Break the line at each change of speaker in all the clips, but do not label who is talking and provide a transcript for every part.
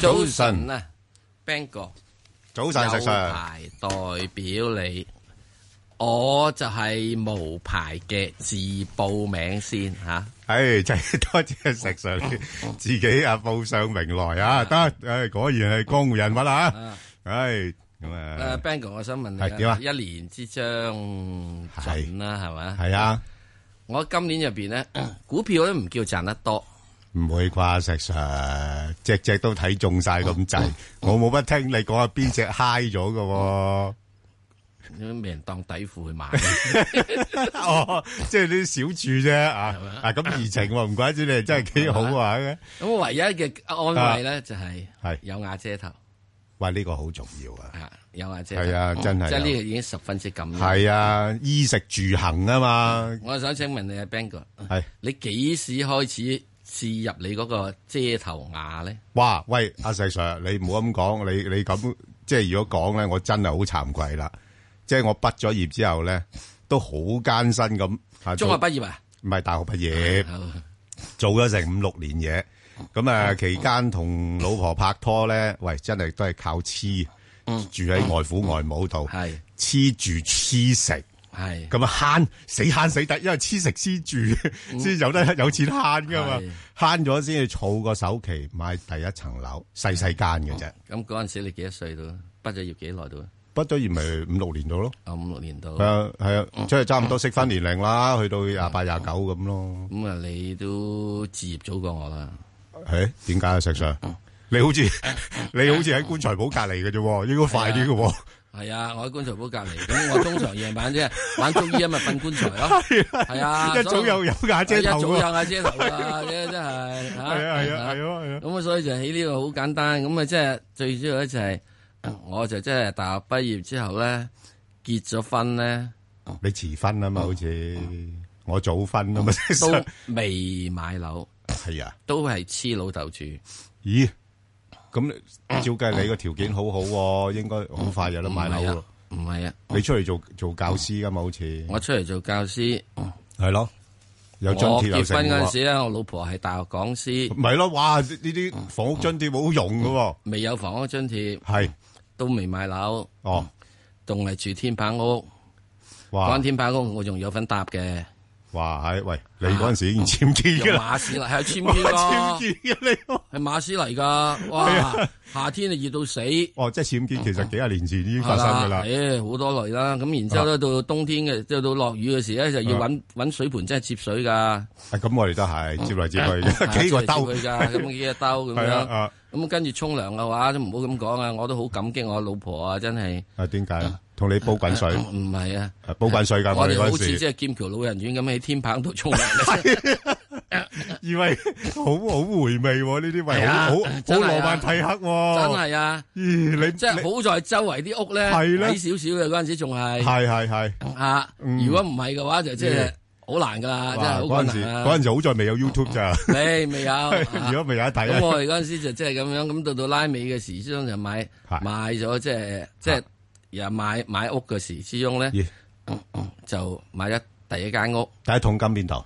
早晨啊，Bang 哥，
早晨石
有
Sir，
牌代表你，我就係無牌嘅自報名先吓。
唉，真係多謝石 Sir 自己啊報上名來啊，得，唉，果然係江湖人物啊，唉，咁
誒
啊，
，Bang 哥，我想問你
係點啊
一年之將盡啦，係咪？
係啊，
我今年入邊咧， 股票都唔叫賺得多，
唔會啩石 Sir，隻隻都睇中晒咁滯，我冇乜聽你講下邊只 high 咗嘅 喎。
都未人當底褲去 買。
哦，即係啲小注啫啊！啊咁怡情喎，唔怪之你係真係幾好啊！
咁我唯一嘅安慰咧就係
係
有瓦遮頭
喂，呢個好重要啊！
啊，有瓦遮頭。
係啊，真
即係呢個
係
已經十分之感恩。
係啊，衣食住行啊嘛，
我想請問你啊，Bang 哥，
係
你幾時開始置入你嗰個遮頭牙咧？
哇！喂，阿細 Sir，你唔好咁講，你你咁即係如果講咧，我真係好慚愧啦！即係我畢咗業之後咧，都好艱辛咁啊，
中學
做
畢業啊？哦
唔係大學畢業。
好
做咗成五六年嘢，
嗯
咁啊期間同老婆拍拖咧，喂，真係都係靠黐，
嗯
住喺外父外母度，
係
黐住黐食，
係
咁啊慳死慳死得，因為黐食黐住先有得有錢慳噶嘛
嗯係，
慳咗先至儲個首期買第一層樓，細細間嘅啫，
咁嗰陣時你幾多歲到啊？畢咗業幾耐到啊？
畢咗業咪五六年度咯，
啊五六年到。
係啊係啊，即係差唔多適婚年齡啦，去到廿八廿九咁咯，
咁啊，你都置業早過我啦。
誒點解啊石 Sir？你 好似你好似喺棺材鋪隔離嘅啫喎，應該快啲嘅喎。
係啊，我喺棺材鋪隔離，咁我通常夜晚啫 玩中醫啊，咪瞓棺材咯。係啊，
一早又有瓦遮
一
頭
早
喎，
有瓦遮頭 啊，真真係嚇。
係啊係啊係啊係啊，
咁啊，所以就起呢個好簡單，咁啊，即係最主要咧就係、我就即係大學畢業之後咧，結咗婚咧，
你遲婚啊嘛，好似我早婚啊嘛，
都未買樓，
係啊，
都係黐老豆住，
咦？咁照計你個條件好好喎，應該好快有得買樓咯。
唔係啊，
你出嚟做做教師噶嘛，好似
我出嚟做教師，
係咯，有
我
津貼有
結
成
婚嗰陣
喎。
時咧，我老婆係大學講師，
唔係咯，哇！呢啲房屋津貼冇用嘅喎，
未有房屋津貼，
係
都未買樓，
哦，
仲係住天棚屋，
哇
講天棚屋我仲有份搭 嘅，
哇！係喂，你嗰陣時已經簽
用
結㗎啦，
馬屎嚟係簽
我
邊咯
簽，啊結嘅你。
係馬屎嚟㗎，哇！夏天就熱到死。
哦，即係僭建，其實幾廿年前已經
係
發生㗎啦。
誒好多類啦。咁然之後咧，到冬天嘅，即係到落雨嘅時咧，就要揾揾水盆真係接水㗎，
啊咁我哋都係接嚟接
啊
去， 幾個兜
佢㗎，咁幾個兜
係
咁
啊
樣。
啊
咁跟住沖涼嘅啊話，都唔好咁講啊！我都好感激我老婆啊，真係
啊！點解啊？同你煲滾水，
唔係啊！
啊煲滾水㗎！
我
我哋
哋
嗰
好
陣
似即係
時
劍橋老人院咁喺天棚度沖 涼，
以為好好回味喎，呢啲喂
係
好
啊
好
真
好
係啊
羅曼蒂克
真
喎。
係啊！
咦，你
即係
哦你
好在周圍啲屋咧
係
矮
咧
少少嘅嗰陣時仲係
係係係。嗯
啊！如果唔係嘅話，就即係好難㗎啦，真係
哇
好
嗰
困
陣時
難
嗰
啊！
陣時好在未有 YouTube 咋，
你未 有啊？
如果未有得睇
咁
咧，
我哋嗰陣時就即係咁樣，咁到到拉尾嘅時之中就買
係
買咗，即係即
啊
係又買買屋嘅時之中咧
咦，
嗯就買咗第一間屋，
第一桶金邊度？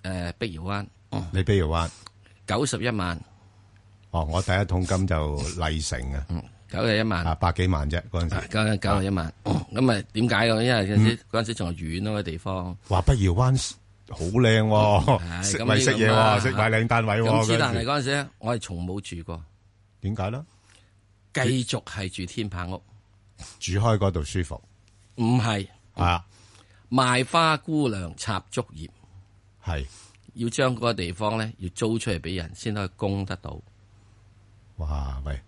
誒碧瑤灣
你比如話，
九十一萬，
哦，我第一桶金就麗城啊，
嗯，九十一萬，
啊百幾萬啫嗰陣時。
九九十一萬，咁啊點解嘅？因為嗰陣時嗰陣時仲係遠咯個地方，
話不搖灣好靚喎，
唉
識
咁
咪
呢
識嘢
咁啦
喎，識買靚單位喎。
咁之但
嗰
係
陣時
嗰陣時咧，我係從冇住過，
點解咧？
繼續係住天棚屋，
住開嗰度舒服
唔係
啊，
賣花姑娘插竹葉，
係
要將嗰個地方咧要租出嚟俾人先可以供得到。
哇喂！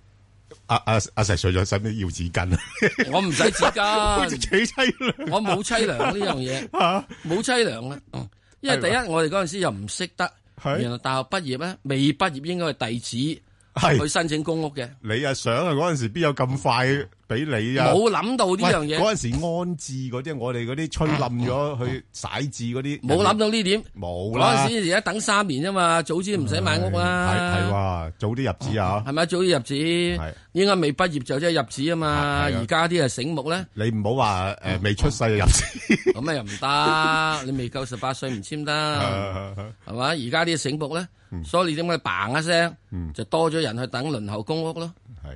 阿阿阿石 Sir 仲使唔使要紙巾啊？
我唔使紙
好
巾，
似幾凄涼
我冇凄涼呢樣嘢，
啊！
冇凄涼啊！因為第一，我哋嗰陣時又唔識得，
係
原來大學畢業咧，未畢業應該係弟子去
係
申請公屋嘅，
你啊想啊嗰陣時邊有咁快俾你啊！
冇諗到呢樣
喂
嘢，嗯
嗰阵时安置嗰啲，我哋嗰啲吹冧咗去洗字嗰啲，
冇諗到呢點。
冇
嗰
啦。
陣時而家等三年啫嘛，早知唔使買屋啦。
係係喎，早啲入紙啊！
係咪早啲入紙？應該未畢業就即係入紙啊嘛。
係係啊
而家啲係醒目 咧，
你唔好話诶未出世就入紙。
咁啊又唔得，你未夠十八歲唔簽得，係嘛？而家啲醒目咧，所以你點解嘭一聲就多咗人去等輪候公屋咯？
係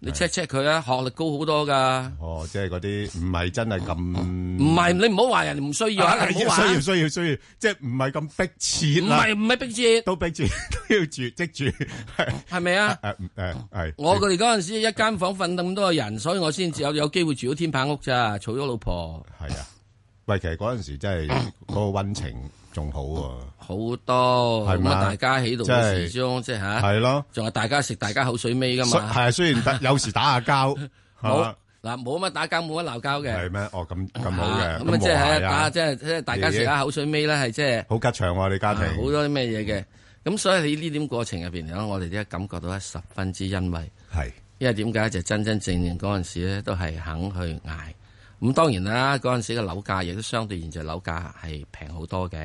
你 check check 佢啊，學歷高好多噶，
哦，即 係嗰啲唔係真係咁，
唔
唔
係你唔好話人唔需要啊，你唔好話
需
啊
嗯要需要需要，即係唔係咁迫切
唔
啦，
係唔係逼切，
都逼住 都要住積住，係
係咪啊？
诶诶系。
我哋嗰陣時一間房瞓咁多個人，所以我先至
啊
有有機會住到天棚屋咋，娶咗老婆
系啊，喂，其實嗰阵时真係嗰個温情仲好喎，
好多，
係
咁
嘛
啊大家喺度
真係
嘅時鐘即係吓，
係咯。
仲係大家食大家口水尾噶
雖係
嘛，
啊，雖然得有時打 下交，係
冇
嘛
嗱冇乜打交，冇乜鬧交嘅
係，咩？哦，咁咁好
嚇
嘅，
咁啊即
和諧
係
啊
打即係即係大家食下口水尾咧，係即係
好吉祥喎，你家
啊
庭
好多啲咩嘢嘅，咁所以喺呢點過程入邊嚟講，我哋都感覺到咧十分之欣慰。
係
因為點解就真真正正嗰陣時咧，都係肯去捱。咁當然啦，嗰陣時嘅樓價亦都相對現在樓價係平好多嘅。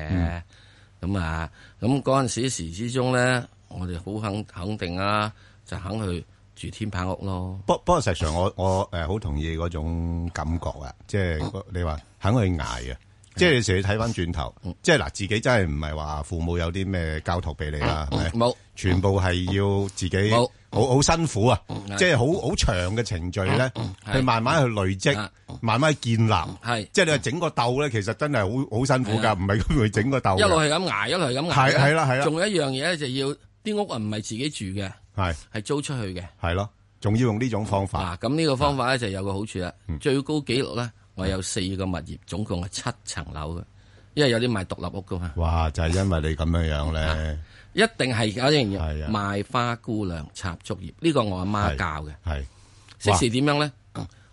咁、
嗯
啊，咁嗰陣時時之中咧，我哋好肯肯定啦，就肯去住天棚屋咯。
不不過實上我我誒好同意嗰種感覺啊，即係
嗯
個你話肯去捱啊，即係有時你睇翻轉頭，
嗯
即係嗱自己真係唔係話父母有啲咩交託俾你啦，係咪？
冇
全部係要自己
嗯好
好好辛苦啊
嗯，係嗯
即係好好長嘅程序咧，
係
去慢慢去累積
嗯，
慢慢去建立。
係
即係你話整個斗咧，其實真係好好辛苦㗎，唔係咁去整個斗
啊一路係
㗎。
咁捱，一路係咁捱。
係係啦係啦
仲有一樣嘢咧，就要啲屋啊，唔係自己住嘅，
係
係租出去嘅。
係咯，仲要用呢種方法。
嗱，咁呢個方法咧就有個好處啦。
嗯
最高紀錄咧，我有四個物業，總共係七層樓嘅，因為有啲賣獨立屋噶嘛。
哇！就係因為你咁樣樣
啊
咧，
一定係有一樣
係
嘢
啊
賣花姑娘插竹葉，呢個我阿媽教嘅。
係
即時點樣咧？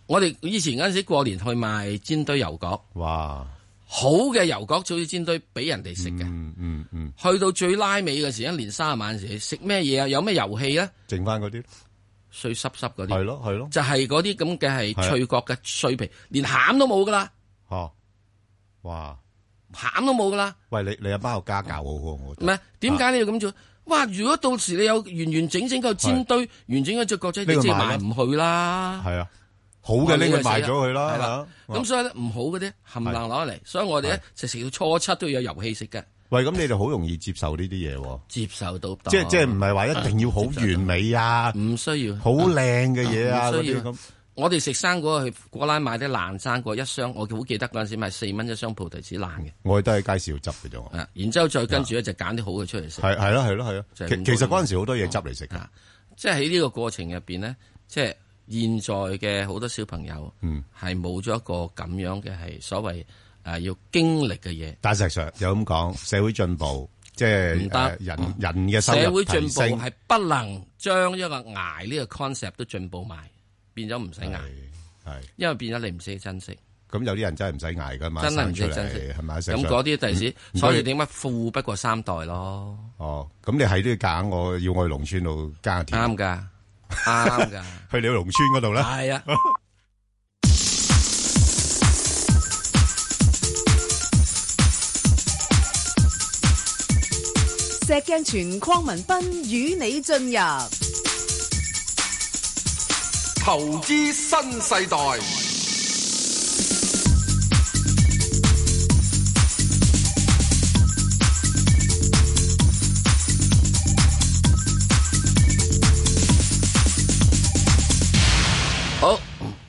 我哋以前嗰陣時過年去賣煎堆油角，
哇！
好嘅油角早啲煎堆俾人哋食嘅。
嗯嗯嗯，
去到最拉尾嘅時，一年三十晚時食咩嘢啊？有咩遊戲咧？
剩翻嗰啲
碎濕濕嗰
係
啲，
咯係咯，
就係嗰啲咁嘅
係啊
係脆角嘅碎皮，連餡都冇噶啦，
哦，哇！
餡都冇噶啦。
喂，你你阿媽有家教好喎，我覺得
咩？點解你要咁做？哇！如果到時你有完完整整個煎堆，完整一隻角仔，
呢
你
個
即係
賣啦
賣唔去啦。
係啊，好嘅呢
呢個
個賣咗佢啦，
係啦
嚇
咁所以咧唔好嗰啲冚唪唥攞嚟，所以我哋咧就食到初七都要有遊戲食嘅，
喂，咁你哋好容易接受呢啲嘢喎。
接受到啊多
即係即係唔係話一定要好完美啊，
唔需要。
好靚嘅嘢啊嗰
唔需
啲
要
咁，
我哋食生果去果欄買啲爛生果一箱，我好記得嗰陣時買四蚊一箱菩提子爛嘅，
我哋都喺街市度執嘅啫喎。
啊，然之後再跟住咧就揀啲好嘅出嚟食，
係係咯係咯係咯，
就係
其
咁
其
講
實嗰陣時好多嘢執嚟食㗎，
啊，即係喺呢個過程入邊咧，即係現在嘅好多小朋友，
嗯
係冇咗一個咁樣嘅係所謂誒要經歷嘅嘢。
但係實上有咁講，社會進步即係
唔得
誒人人嘅收
社
入
會進
提
步
升，
係不能將一個捱呢個 concept 都進步埋，變咗唔使捱，
係
因為變咗你唔識珍惜，
咁有啲人真係唔使捱㗎嘛，
真係唔
生出
識珍惜
嚟係咪？實
咁
上
嗰啲第時，
嗯
所以點解富不過三代咯？
哦，咁你係都要揀我要我去農村度耕田，
啱㗎，啱 㗎，
去你去農村嗰度啦。
係啊。
石鏡泉邝文斌與你進入
投資新世代，
好，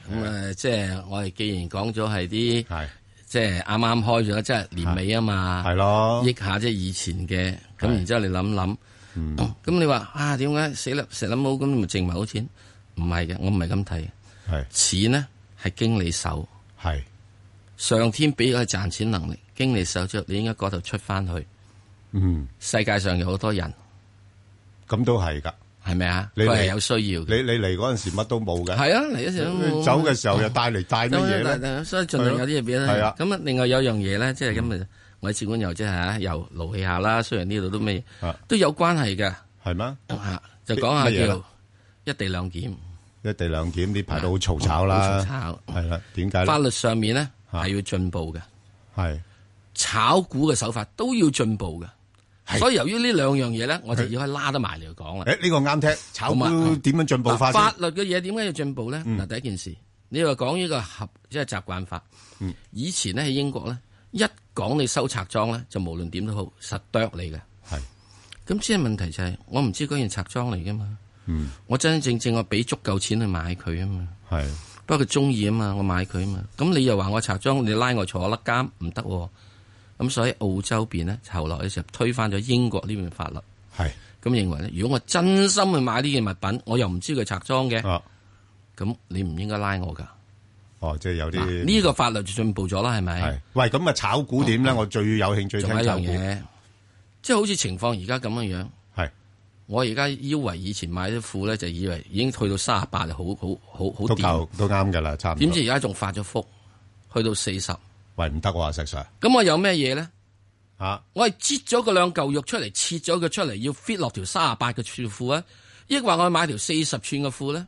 咁誒，即係我哋既然講咗係啲，
係
即係啱啱開咗，即係年尾啊嘛，
係咯，
益下即係以前嘅，咁
係
然之後你諗諗，咁你話啊點解死粒石粒毛咁咪剩埋好錢？唔係嘅，我唔係咁睇嘅。
係
錢呢係經理手，
係
上天俾佢賺錢能力，經理手之後，你應該嗰度出翻去。
嗯，
世界上有好多人，
咁都係㗎。
係咪啊？
你
佢係
嚟
有需要嘅。
你你嚟嗰陣時乜都冇嘅，
係啊，嚟嗰時都
走嘅時候又帶嚟帶乜
咁
嘢咧
但？但所以盡量有啲嘢俾
係
啦
啊。
咁啊，另外有樣嘢咧，即係今日我喺節管又即係嚇又勞氣下啦。雖然呢度都咩
啊
都有關係嘅
係咩？
啊嚇，就講下
乜嘢呢啊
叫一地兩檢。
一地兩檢呢排都好嘈吵啦，
好嘈吵
係啦，點解
法
咧？
律上面咧
啊
係要進步嘅，
係
炒股嘅手法都要進步嘅。
係
所以由於呢兩樣嘢咧，我就要可以拉得埋嚟講啦。
誒呢個啱聽，炒
好嘛
股點樣進步嗯法
嗱法
先？
律嘅嘢點解要進步咧？嗱，第一件事，你話講呢個合即係習慣法。
嗯
以前咧喺英國咧，一講你收賊裝咧，就無論點都好，實啄你嘅。
係
咁只係問題就係、我唔知嗰件賊裝嚟噶嘛。我真真正正我俾足夠錢去買佢啊嘛。
係
不過佢中意啊嘛，我買佢啊嘛。咁你又話我賊裝，你拉我坐甩監唔得喎。咁所以澳洲邊咧，後來咧就推翻咗英國呢邊法律，
係
咁認為咧，如果我真心去買呢件物品，我又唔知佢賊裝嘅，
哦
咁你唔應該拉我㗎。
哦，即係有
嗱，
啲
呢個法律就進步咗啦，係
係
咪？
喂咁啊，炒股點咧？我最有興趣
仲有
聽
一
炒
樣
股
嘢，即係好似情況而家咁樣樣。
係
我而家腰圍以前買啲褲咧，就以為已經去到三十八，好好好好
都
掂。
夠都啱㗎啦，差唔
點
多
知。而家仲發咗福，去到四十。
喂唔得喎，石 Sir
咁我有咩嘢咧？
嚇
我係擠咗嗰兩嚿肉出嚟，切咗佢出嚟，要 fit 落條三十八嘅寸褲啊！抑或我買條四十寸嘅褲咧？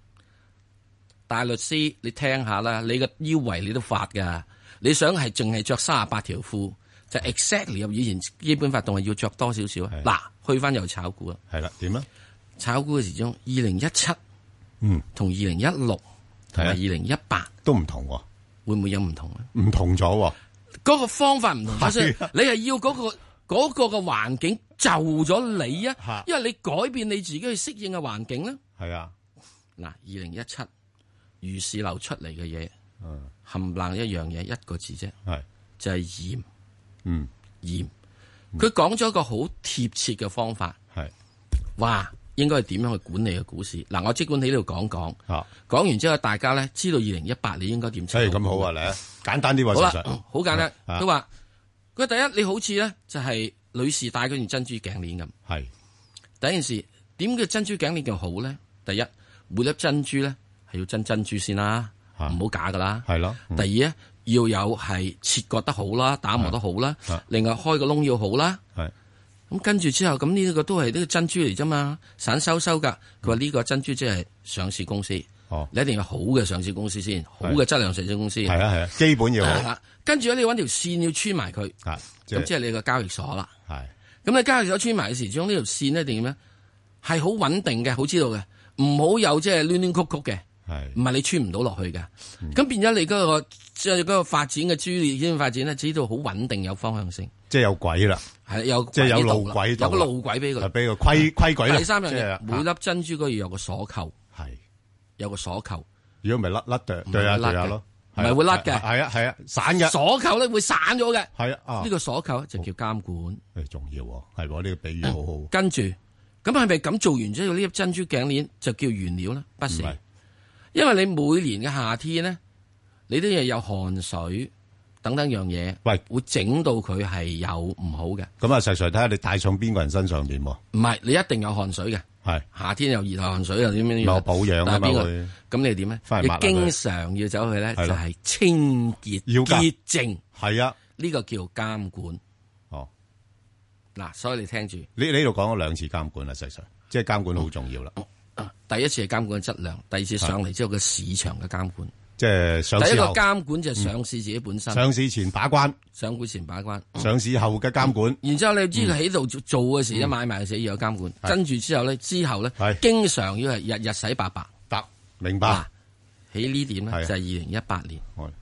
大律師，你聽下啦，你個腰圍你都發噶，你想係淨係着三十八條褲，就 exactly 入以前基本法仲係要着多少少啊
係？
嗱，去翻又炒股啦，
係啦，點啊？
炒股嘅時鐘，二零一七
嗯，
同二零一六同埋
係啊
二零一八
都唔同喎，
會唔會有唔同啊？
唔同咗喎。
嗰個方法唔同咗先
係啊，
你係要嗰、個嗰、個嘅環境就咗你啊
嚇，
因為你改變你自己去適應嘅環境咧。
係啊，
嗱，二零一七如是流出嚟嘅嘢，
嗯，
冚唪唥一樣嘢，一個字啫，
係，
就係鹽
嗯，
鹽。佢講咗一個好貼切嘅方法，
係
哇！應該係點樣去管理嘅股市？嗱，我即管喺呢度講講，
啊，
講完之後大家咧知道二零一八你應該點
嘿
做。
咁好啊，嚟啊，簡單啲
嗯好
喎，
啦
石 Sir，，
好簡單。
啊
佢話佢第一，你好似咧就係女士戴嗰件珍珠頸鏈咁。
係
第一件事，點叫珍珠頸鏈叫好咧？第一，每粒珍珠咧係要真珍珠先啦，
啊
唔好假噶啦。
係咯，嗯
第二咧，要有係切割得好啦，打磨得好啦
啊，
另外開個窿要好啦。
係
咁跟住之後，咁呢個都係呢個珍珠嚟啫嘛，散收收噶。佢話呢個珍珠即係上市公司，你
哦，
一定要好嘅上市公司先，好嘅質量上市公司。
係啊係啊，基本要好
啦，跟住咧你揾條線要穿埋佢，
啊，即
嗯咁
係
即係你個交易所啦。
係
咁你交易所穿埋嘅時，將呢條線咧點咧係好穩定嘅，好知道嘅，唔好有即係攣攣曲曲嘅，唔
係
係你穿唔到落去嘅。
嗯
咁、變咗你嗰、個即係嗰個發展嘅專業先發展咧，知道好穩定有方向性，
即係有鬼啦，
係有
即係有
軌道
路軌
啦有
道
個
啦
路軌俾
就
佢。
俾個規規矩
嗯
啦。
第三樣
即係
嘢，每粒珍珠嗰度有個鎖扣，
啊係，
有個鎖扣，
如果唔係甩甩對對下
唔係會甩
對下
嘅
咯，
唔係會甩嘅
係啊係啊，散嘅，
鎖扣咧會散咗嘅。
係啊，
呢
呢
個鎖扣就叫監管。
個誒重要喎，係喎，呢個比喻好好，唔
跟住咁係咪咁做完之後呢粒珍珠頸鏈就叫原料咧？不是。
係
因為你每年嘅夏天咧，你都要有汗水等等樣嘢，
喂
會整到佢係有唔好嘅。
咁啊，石 Sir 睇下你帶上邊個人身上邊喎，
唔係，你一定有汗水嘅。
係
夏天又熱汗水又點樣
有
樣？
保養啊
但係
嘛
邊個
會。
咁你點咧？
翻
你
嚟抹下佢
經常要走去咧，就
係咯
係清潔、
要㗎
潔淨，
係啊，
呢個叫監管。
哦，
嗱，所以你聽住，
呢呢度講咗兩次監管啦，啊石 Sir，即係監管好重要啦，
哦第一次係監管嘅質量，第二次上嚟之後嘅市場嘅監管。
即係上
第一
市
個
後、
監管就係上市自己本身，
上市前把關、
上股前把關。
上市後嘅監管，
然之後你知佢喺度做做嘅時，一買賣嘅時要有監管，
嗯係
跟住之後咧，之後咧
係，
經常要係日日洗白白。
得明
嗱
白？，哦
喺呢點咧
係啊
就係二零一八年
我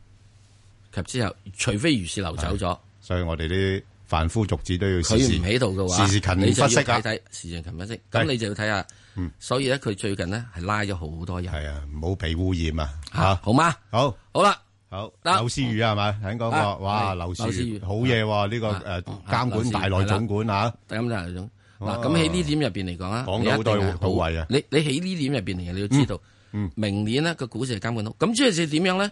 及之後，除非如是流走咗，
所以我哋啲凡夫俗子都要
佢
時時
唔喺度嘅話，
時時勤
你就要
分析啊
睇，睇時時勤分析。
係嗯
咁你就要睇下，所以咧佢最近咧係拉咗好多人
係啊，唔好被污染啊，
嚇，
吓
好嗎？
好。
好啦，
好，
得
劉思宇係咪？聽講
啊
話，
係
哇，劉思
劉思
宇
宇
好嘢喎！呢
啊
個誒
啊
監
劉思宇
管大
係
內
啦
總管啊，
咁就係種
哦
嗱，咁喺呢點入邊嚟講啊，
講
你
到
一
好多
定係
到位啊嗯
你你喺呢點入邊嚟嘅，你要知道，明年呢個股市係監管好，咁即係點樣咧？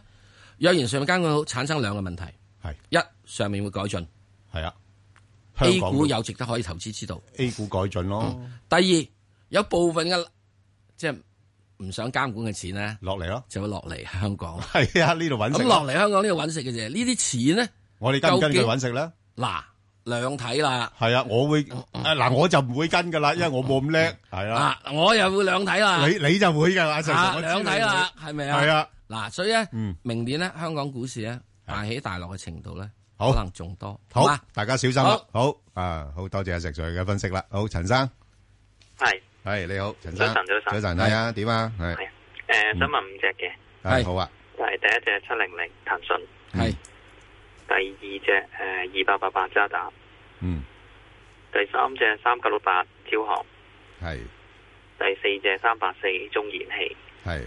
若然上面監管好，產生兩個問題。
係
一上面會改進
係啊，
，A
香港
股嗯有值得可以投資之道。
A 股改進咯，
第二，有部分嘅即係唔想監管嘅錢咧，
落嚟咯，
就會落嚟香港。
係啊，呢度揾
咁
食
落
咯，
嚟香港呢度揾食嘅啫，呢啲錢咧，
我哋跟唔跟
究
佢
竟
揾食咧？
嗱，兩睇啦，
系啊，我會诶嗱，我就唔會跟噶啦，因為我冇咁叻，係啦。
啊，我又會兩睇啦，
你你就會噶啦，石 Sir，
啊，
我知
兩
你會
睇啦，係咪啊？
係啊，
嗱，所以咧
嗯，
明年咧香港股市咧
係
大起大落嘅程度咧，
好
可能仲多，
好
嘛，
大家小心啦。好啊，好多謝阿石 Sir 嘅分析啦。好，陳生，
系
係你好，陳生，
早晨早
早
晨
晨，係啊，點啊，係
系诶，想问五只嘅，
係
係
好啊，
就系第一只七零零腾讯，
嗯
係
第二只诶二八八八渣打，
嗯，
第三只三九六八招行，
係
第四只三八四中燃气，
係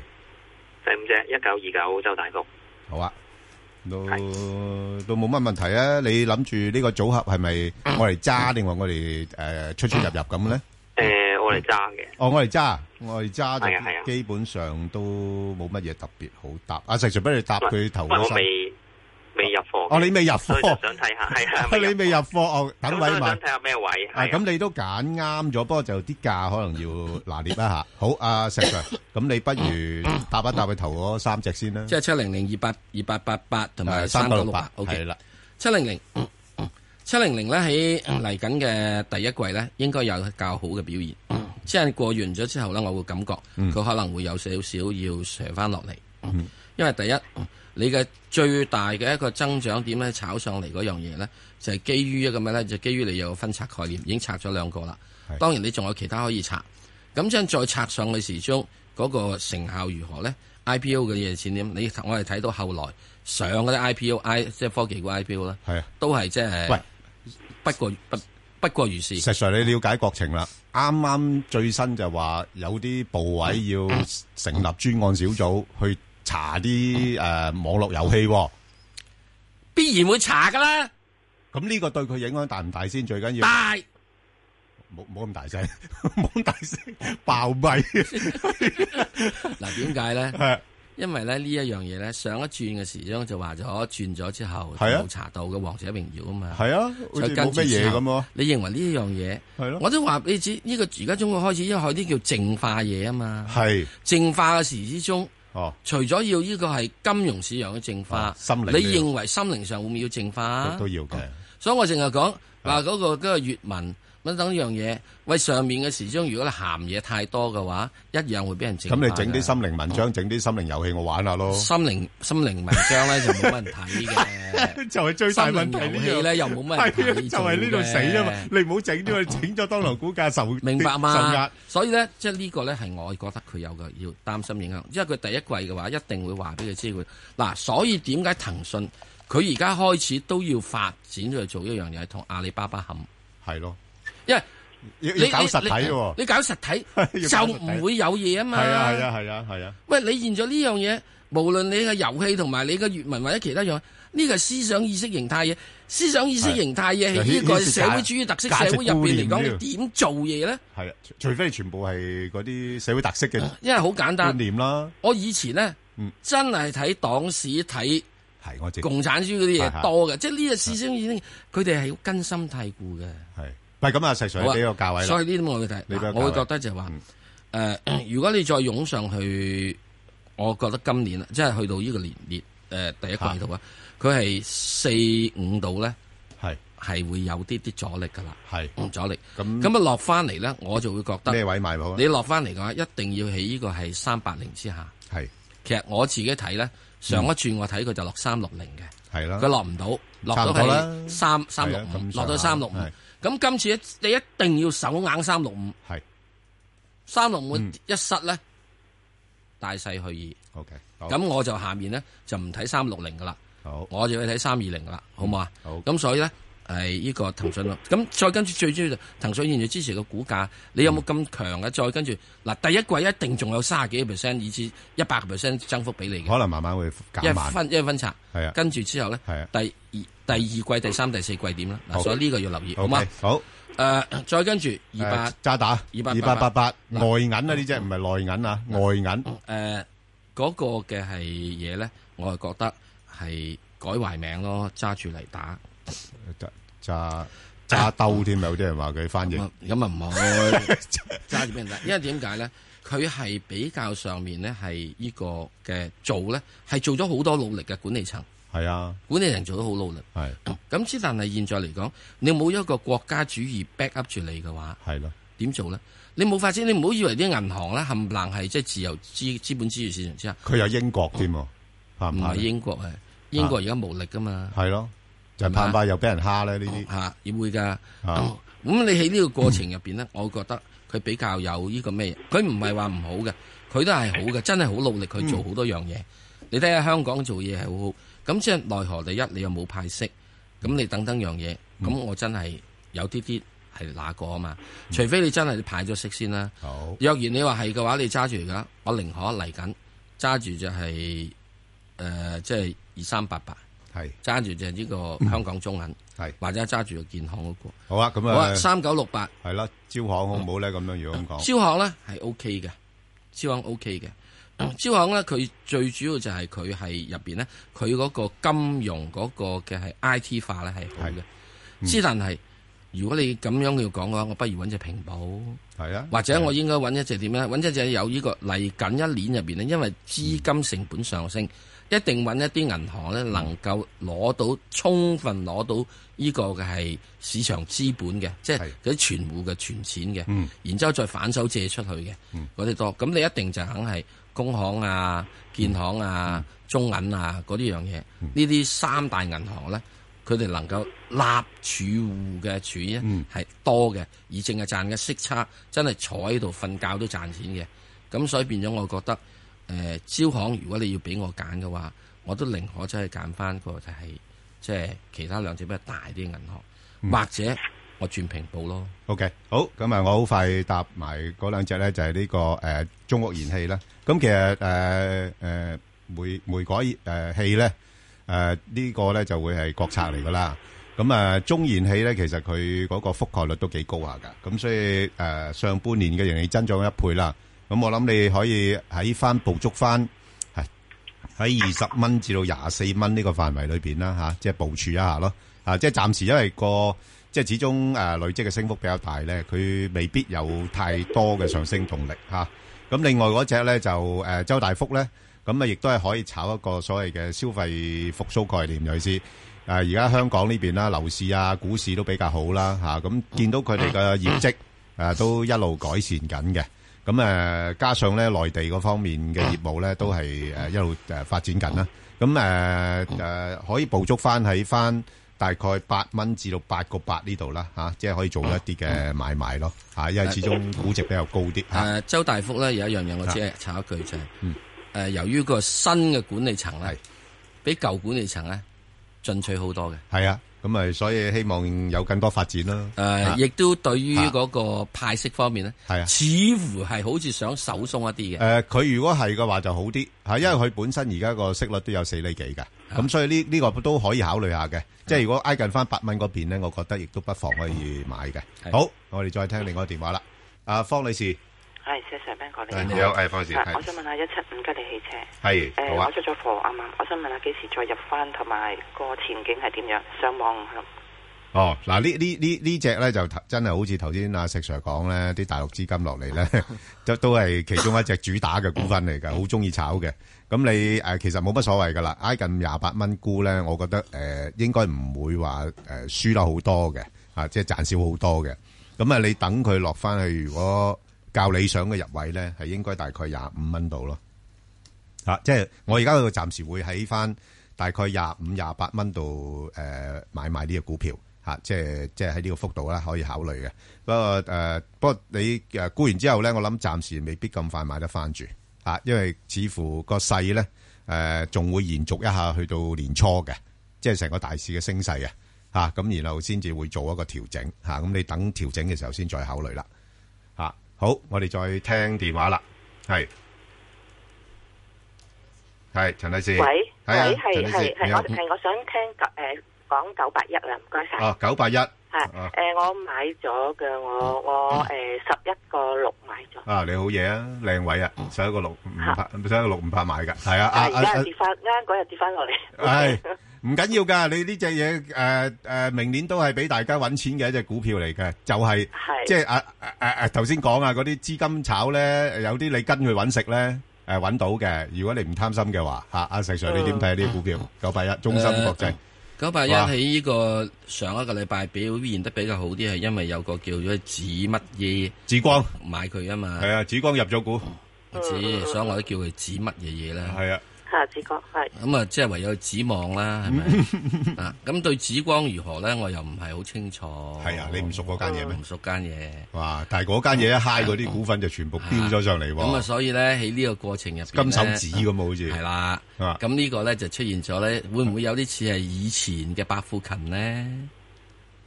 第五只一九二九周大福。
好啊，都都冇乜問題啊。你諗住呢個組合係咪我嚟揸定話我哋诶出出入入咁咧？
诶、我嚟揸嘅，
哦，我嚟揸，我嚟揸
係啊係啊
就基本上都冇乜嘢特別好答。阿石 Sir，不如答佢頭
因為
嗰
啊我
三。
未未入貨嘅，
哦，你未入
所以就
貨，
想睇下，係啊，
你未入
貨
貨哦，等
咁所
位
以
買
想。睇下咩位，
啊，
係
咁你都揀啱咗，不過就啲價可能要拿捏一下。好，阿石 Sir，咁你不 如答一答佢頭嗰三隻先啦。
即係七零零二八二八八八同埋
誒
三九六八，OK
係。啦，
七零零七零零咧喺
嗯
嗯嚟緊嘅第一季咧，應該有較好嘅表現。即係過完咗之後咧，我會感覺
嗯
佢可能會有少少要上翻落嚟。因為第一，
嗯
你嘅最大嘅一個增長點咧，炒上嚟嗰樣嘢咧，就係基於一個咩咧？就基於你有分拆概念，已經拆咗兩個啦
係。
當然你仲有其他可以拆。咁將再拆上去時鐘嗰、個成效如何咧？IPO 嘅嘢錢點？你我哋睇到後來上嗰啲 IPO I 即係科技股 IPO 啦。
係啊。
都係即係
喂，
不過不不過如是，
石 Sir，你了解國情啦。啱啱最新就話有啲部委要成立專案小組去查啲誒網絡遊戲喎。
必然會查噶啦。
咁呢個對佢影響大唔大先？最緊要。
但係
冇冇咁大聲， 冇咁大聲，爆 咪。
嗱點解咧？
係
因為咧呢一樣嘢咧，上一轉嘅時鐘就話咗轉咗之後
係啊
冇查到嘅《王者榮耀》啊嘛，
係啊，好
再
似
跟
冇
住
乜嘢
之後
咁喎。
你認為呢一樣嘢
係咯
我都話俾你知，呢個而家中國開始因為啲叫淨化嘢啊嘛，
係
淨化嘅時之中。
哦，
除咗要呢個係金融市場嘅淨化，
哦心靈
你
都要
認為心靈上會唔會要淨化啊
都都要嘅。
所以我淨係
啊
講話嗰個嗰個粵文乜等樣嘢，喂上面嘅時鐘，如果你鹹嘢太多嘅話，一樣會俾人整
咁
化嘅。
你整啲心靈文章，整啲心靈遊戲，我玩下咯。
心靈心靈文章咧就冇乜人睇嘅，
就係最
心靈遊戲咧又冇乜人睇，
係
係
啊嘛！你唔好整 咗，整咗當樓股價受
明白
受
嘛
壓？
所以咧，即係呢個咧係我覺得佢有個要擔心影響，因為佢第一季嘅話一定會話俾佢知佢嗱，所以點解騰訊佢而家開始都要發展去做一樣嘢，同阿里巴巴冚，
係咯，
因為
要
你
要搞實體
你
喎。
你搞實體
要
就
搞實體
唔會有嘢啊嘛。
係啊，係啊，係啊，係啊，
喂，你現咗呢樣嘢，無論你嘅遊戲同埋你嘅粵文或者其他樣，呢個係思想意識形態嘢，思想意識形態嘢喺
係
呢個
牽涉
社會主義特色社會入邊嚟
價值觀
講，
念
你點做嘢咧？
係啊，除除非全部係嗰啲社會特色嘅
因為好簡
觀
單，
念啦。
我以前咧
嗯
真係睇黨史睇。
係我直
共產主義嗰啲
係係
嘢多嘅，即係呢個思想已經，佢哋係好根深蒂固嘅。
係。喂，咁啊，石 Sir
好
你
啊
俾個價位啦
所。以呢啲我會睇，
你嗯俾個
嗱
價位
我會覺得就係話，誒，如果你再湧上去，我覺得今年啊即係去到呢個年列誒第一季度啊，佢係四五度咧
係
係會有啲啲阻力噶啦，
係
嗯阻力。
咁
咁啊落翻嚟咧，我就會覺
咩
得
位買好啊？
你落翻嚟嘅話，一定要喺呢個係三八零之下。
係
其實我自己睇咧，上一轉我睇佢就落三六零嘅。
係啦。
佢落唔到，落
嗯差唔
到
多啦
係三三六
係啊咁
五，
上
落
下
到三六五
係。
咁今次一你一定要手硬三六五，
係
三六五
嗯
一失咧，大勢去矣。
OK。好
咁我就下面咧就唔睇三六零噶啦，
好
我就去睇三二零噶啦，好唔好啊？
嗯好
咁所以咧。係呢個騰訊咯，咁再跟住最主要就騰訊現在支持嘅股價，你有冇咁強嘅？再跟住嗱，第一季一定仲有三十幾個 percent，以至一百個 percent 增幅俾你嘅，
可能慢慢會
一
減慢。
分一分拆，
係啊
跟住之後咧，
係啊。
第二第二季、第三、第四季點啦？
好
嗱，所以呢個要留意，好
OK，
嘛？
好。
誒，再跟住二百
誒，渣打，
288
2888外銀啊，呢隻唔係內銀啊，外銀，
誒呃嗰個嘅係嘢咧，我係覺得係改壞名咯，揸住嚟打
渣-渣-渣兜添啊，有啲人話佢翻譯。
咁啊咁啊唔好揸住俾人打，因為點解咧？佢係比較上面咧係呢個嘅做咧，係做咗好多努力嘅管理層，
係啊，
管理人做得好努力。
係
咁之但係現在嚟講，你冇一個國家主義 back up 住你嘅話，
係咯，
點做咧？你冇發展，你唔好以為啲銀行咧冚唪唥係即係自由資資本資源市場之下，
佢有英國添喎，怕唔
唔
怕
係
咧？
英國啊，英國而家無力噶嘛。
係咯，就係
係咪啊哦
怕唔怕又俾人蝦咧？呢啲
吓，亦哦會㗎。咁
啊嗯
你喺呢個過程入边咧，我覺得佢比較有呢個咩？佢唔係話唔好嘅，佢都係好 嘅，真係好努力去做好多樣
嗯
嘢。你睇下香港做嘢係好好，咁即係奈何第一你又冇派息，咁你等等樣嘢，
嗯
咁我真係有啲啲係那個啊嘛。
嗯
除非你真係派咗息先啦。
好
若然你話係嘅話，你揸住而家，我寧可嚟緊揸住就係诶，即係二三八八，
係
揸住就係呢個
嗯
香港中銀。
係
或者揸住個建行嗰、
好啊，咁
個。好啊，
啊
三九六八，
係啦，招行好唔好咧？咁樣如果咁講，
招行咧係 O K 嘅，招行 O K 嘅。嗯招行咧，佢最主要就係佢係入邊咧，佢嗰個金融嗰個嘅係 I T 化咧係好嘅。之但係，如果你咁樣要講嘅話，我不如揾只平保，
係啊，
或者我應該揾一隻點咧？揾一隻有呢、個嚟緊一年入邊咧，因為資金成本上升，一定揾一啲銀行咧能夠攞到充分攞到呢個嘅係市場資本嘅，即係
係
嗰啲存户嘅存錢嘅，
嗯
然之後再反手借出去嘅
嗯
嗰啲多。咁你一定就肯係工行啊、建行啊、
嗯
中銀啊嗰啲樣嘢，呢啲三大銀行咧。佢哋能夠立儲户嘅儲咧
嗯
係多嘅，而淨係賺嘅息差真係坐喺度瞓覺都賺錢嘅。咁所以變咗，我覺得誒、呃招行如果你要俾我揀嘅話，我都寧可真係揀翻個就係即係其他兩隻比較大啲嘅銀行，
嗯
或者我轉平保咯。
OK，好，咁啊，我好快答埋嗰兩隻呢，就係呢個，誒，中國燃氣啦。咁其實，誒，誒，煤-煤改，誒，氣呢，誒，呢個呢，就會係國策嚟㗎啦。咁，誒，中燃氣呢，其實佢嗰個覆蓋率都幾高下㗎。咁所以，誒，上半年嘅盈利增長一倍啦。咁我諗你可以喺返捕捉返，喺20蚊至到廿四蚊呢個範圍裏邊啦，吓，即係部署一下咯。啊，即係暫時因為個即係始終誒、呃累積嘅升幅比較大咧，佢未必有太多嘅上升動力嚇。咁、另外嗰只咧就誒、呃周大福咧，咁啊亦都係可以炒一個所謂嘅消費復甦概念，尤其是誒而家香港呢邊啦，樓市啊、股市都比較好啦嚇。咁、見到佢哋嘅業績誒、呃都一路改善緊嘅。咁誒、呃加上咧內地嗰方面嘅業務咧，都係誒一路誒發展緊啦。咁誒誒可以捕捉翻喺翻大概八蚊至到八個八呢度啦，嚇、即係可以做一啲嘅買賣咯，嚇、因為始終估值比較高啲
誒、
嚇，
呃周大福咧有一樣嘢，我只係插一句就係、
啊嗯
誒由於個新嘅管理層
係
咧，比舊管理層咧進取好多嘅。
係啊，咁咪所以希望有更多發展啦，
誒、
啊
呃亦都對於嗰個派息方面咧，
係啊。
似乎係好似想手鬆一啲嘅。
誒，佢如果係嘅話就好啲，係因為佢本身而家個息率都有四厘幾嘅，咁所以呢呢個都可以考慮下嘅。即係如果挨近翻八蚊嗰邊咧，我覺得亦都不妨可以買嘅。
係
好，我哋再聽另外一個電話啦。阿方女士，
係石 Sir Ben 哥，你
你
好。
好，誒方女士，
啊我
係
想問下一七五吉利汽車，
係
誒，
好啊
我。出咗貨啊嘛，我想問下幾時再入翻，同埋個前景係點樣？上網係咯
哦，嗱呢呢呢呢只咧就頭真係好似頭先阿石 Sir 講咧，啲大陸資金落嚟咧，都都係其中一隻主打嘅股份嚟㗎，好中意炒嘅。咁你誒、呃其實冇乜所謂㗎啦，挨近廿八蚊沽咧，我覺得誒、呃、應該唔會話誒、呃、輸得好多嘅，啊即係賺少好多嘅。咁啊，你等佢落翻去，如果較理想嘅入位咧，係應該大概廿五蚊度咯。啊，即係我而家就暫時會喺翻大概廿五、廿八蚊度誒買賣呢個股票嚇、啊即係即係喺呢個幅度啦，可以考慮嘅。不過誒、呃不過你誒沽完之後咧，我諗暫時未必咁快買得翻住嚇，因為似乎個勢咧誒仲會延續一下去到年初嘅，即係成個大市嘅升勢啊嚇，咁然後先至會做一個調整嚇，咁、你等調整嘅時候先再考慮啦嚇、好，我哋再聽電話啦，係。系陳女士，
喂，
係啊
喂，係
陳女士
係
你
係，
好
我係我想聽九誒講九八一啊，唔該晒。
哦，981
係
啊
誒，我買咗嘅，我我誒十一個六買咗，
啊，你好嘢啊，靚位啊，十一個六唔
嚇
怕，十一個六唔怕買噶，係啊，啊
但係而
啊
家跌翻，啱嗰日跌翻落嚟。
啊，系唔緊要噶，你呢只嘢诶诶，明年都係俾大家揾錢嘅一隻股票嚟嘅，就係
係
即係啊啊啊啊頭先講啊，嗰啲資金炒咧，有啲你跟佢揾食咧，诶揾到嘅。如果你唔貪心嘅話，吓阿石 Sir 你點睇呢啲股票？九八一中芯國際
九八一
哇
喺呢個上一個禮拜表現得比較好啲，係因為有個叫咗紫乜嘢
紫光
買佢啊嘛
係，啊，紫光入咗股
紫，所以我都叫佢紫乜嘢嘢啦。
係啊，
嚇，子哥係
咁啊，即係唯有指望啦，係 咪？啊，咁對紫光如何咧，我又唔係好清楚。
係啊，你唔熟嗰間嘢咩
唔？熟間嘢。
哇！但係嗰間嘢一 high 嗰啲股份就全部飆咗上嚟
咁啊，
喎，
所以咧喺呢個過程入邊
金手
咧
指咁啊好似
係啦。
啊
咁呢個咧就出現咗咧，會唔會有啲似係以前嘅百富勤咧？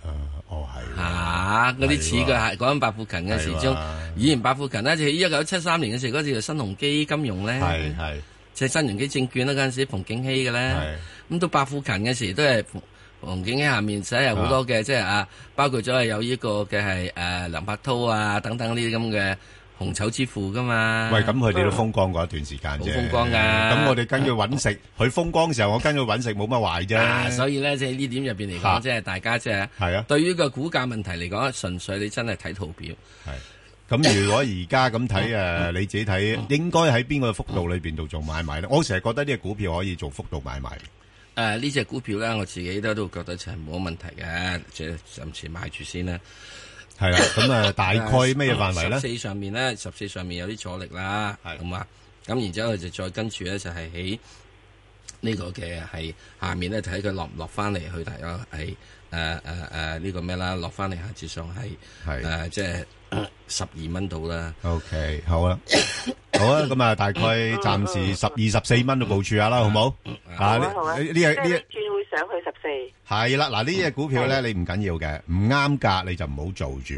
誒哦係喎，
啊！嗰啲似
係
佢
喎
係講緊百富勤嘅時
係
鐘
喎，
以前百富勤咧就喺一九七三年嘅時候，嗰時就新鴻基金融咧
係，係
即係新鴻基證券啦，嗰陣時馮景熙嘅咧
係，
咁到百富勤嘅時都係馮馮景熙下面使係好多嘅，即係啊，包括咗係有呢個嘅係誒梁伯韜啊等等呢啲咁嘅紅籌之父噶嘛。
喂，咁佢哋都風光過一段時間啫，
好風光㗎
咁我哋跟佢揾食，佢風光時候我跟佢揾食冇乜壞
啊，
啫，
所以咧，即係呢點入邊嚟
嚇
講，即係大家即係
係啊
對於個股價問題嚟講，純粹你真係睇圖表。
係。咁如果而 家咁睇誒，你自己睇應該喺邊個幅度裏邊度做買賣咧？我成日覺得呢個股票可以做幅度買賣，
誒呢只股票咧，我自己都都覺得就係冇乜問題嘅，即係暫時買住先啦。
係啦。咁啊，大概咩範圍
十
咧？
四上面咧，十四上面有啲阻力啦，
係
咁啊，咁然之後就再跟住咧，就係喺呢個嘅係下面咧，睇佢落唔落翻嚟去，大約係誒誒誒呢個咩啦，落翻嚟下次上係
係
誒即係呃十二蚊度啦。
OK，好啦，好啊，咁啊，大概暫時十二十四蚊度部署下啦，好冇？啊，
好
呢
啊好啊，
呢呢
即係
呢
呢轉會上去十四，
係啦，嗱呢只股票咧，你唔緊要嘅，唔啱價你就唔好做住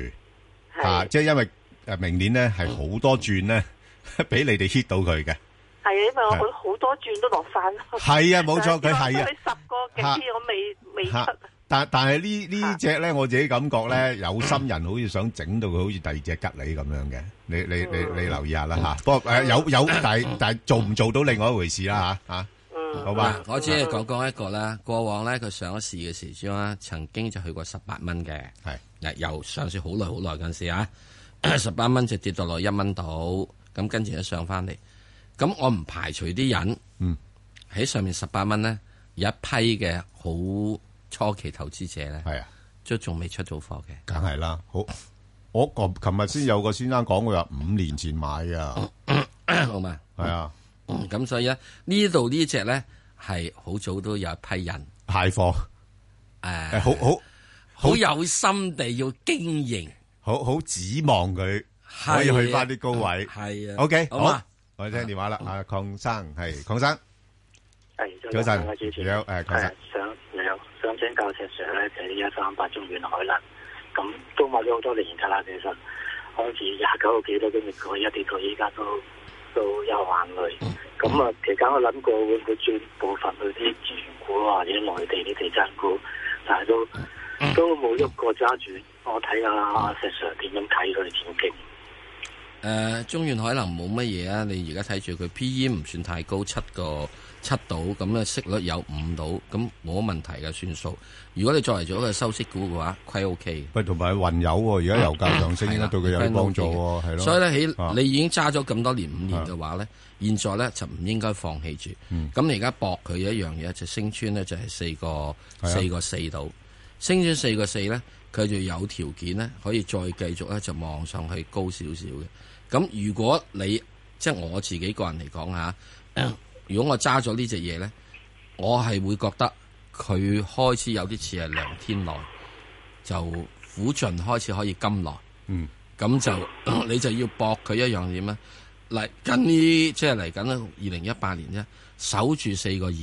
啊，
係
即係因為誒明年咧係好多轉咧， 俾你哋 hit 到佢嘅。
係啊，因為我覺得好多轉都落翻。
係啊，冇錯，佢係啊。
你十個幾
嚇
我未未出，
吓，但但系呢呢只咧，我自己感覺咧，有心人好似想整到佢好似第二隻吉利咁樣嘅，你你你你留意下啦吓。不過诶有有，但係但系做唔做到另外一回事啦吓
嗯
吓，好
嗱
吧，？
我只係講講一個啦。過往咧，佢上咗市嘅時鐘啦，曾經就去過十八蚊嘅。
係
嗱，由上市好耐好耐嗰陣時啊，十八蚊就跌到落一蚊度，咁跟住一上翻嚟，咁我唔排除啲人，
嗯，
喺上面十八蚊咧，有一批嘅好初期投資者咧，
係啊，
都仲未出到貨嘅。
梗係啦。好，我琴琴日先有個先生講，佢話五年前買啊，
好嘛，嗯
係啊，
咁所以咧，呢度呢只咧係好早都有一批人，
派 貨
誒、
诶，好好
好有心地要經營，
好好指望佢可以
係啊
去翻啲高位。
係啊
O K，
好嘛
好。，我哋聽電話啦。阿邝生係邝生，
係
早晨
兩位主持
你好誒邝
係
生
啊想你好，想請教石 Sir 咧，就係一三八中遠海啦，咁都買咗好多年㗎啦，其實開始廿九個幾都跟住佢一跌到依家都都有眼淚。
嗯
咁啊，期間我諗過會唔會轉部分去啲資源股啊或者內地啲地產股，但係都
嗯
都冇喐過揸住。我睇下阿石 Sir 點樣睇佢前景。
誒、呃中遠海能冇乜嘢啊！你而家睇住佢 P E 唔算太高，七個七度咁咧，息率有五度，咁冇乜問題嘅算數。如果你作為咗一個收息股嘅話，虧 O K
喂，同埋運油喎，而家油價上升，應該對佢有啲幫助喎，係咯。
所以咧
啊
喺你已經揸咗咁多年五年嘅話咧，現在咧就唔應該放棄住。
嗯
咁你而家搏佢一樣嘢，就升穿咧就係四個
係啊
四個四度，升穿四個四咧，佢就有條件咧可以再繼續咧就望上去高少少嘅。咁如果你即係我自己個人嚟講嚇， 如果我揸咗呢只嘢咧，我係會覺得佢開始有啲似係梁天來，就苦盡開始可以甘來。
嗯，
咁就 你就要搏佢一樣點咧？嚟緊呢，即係嚟緊咧，二零一八年啫，守住四個二。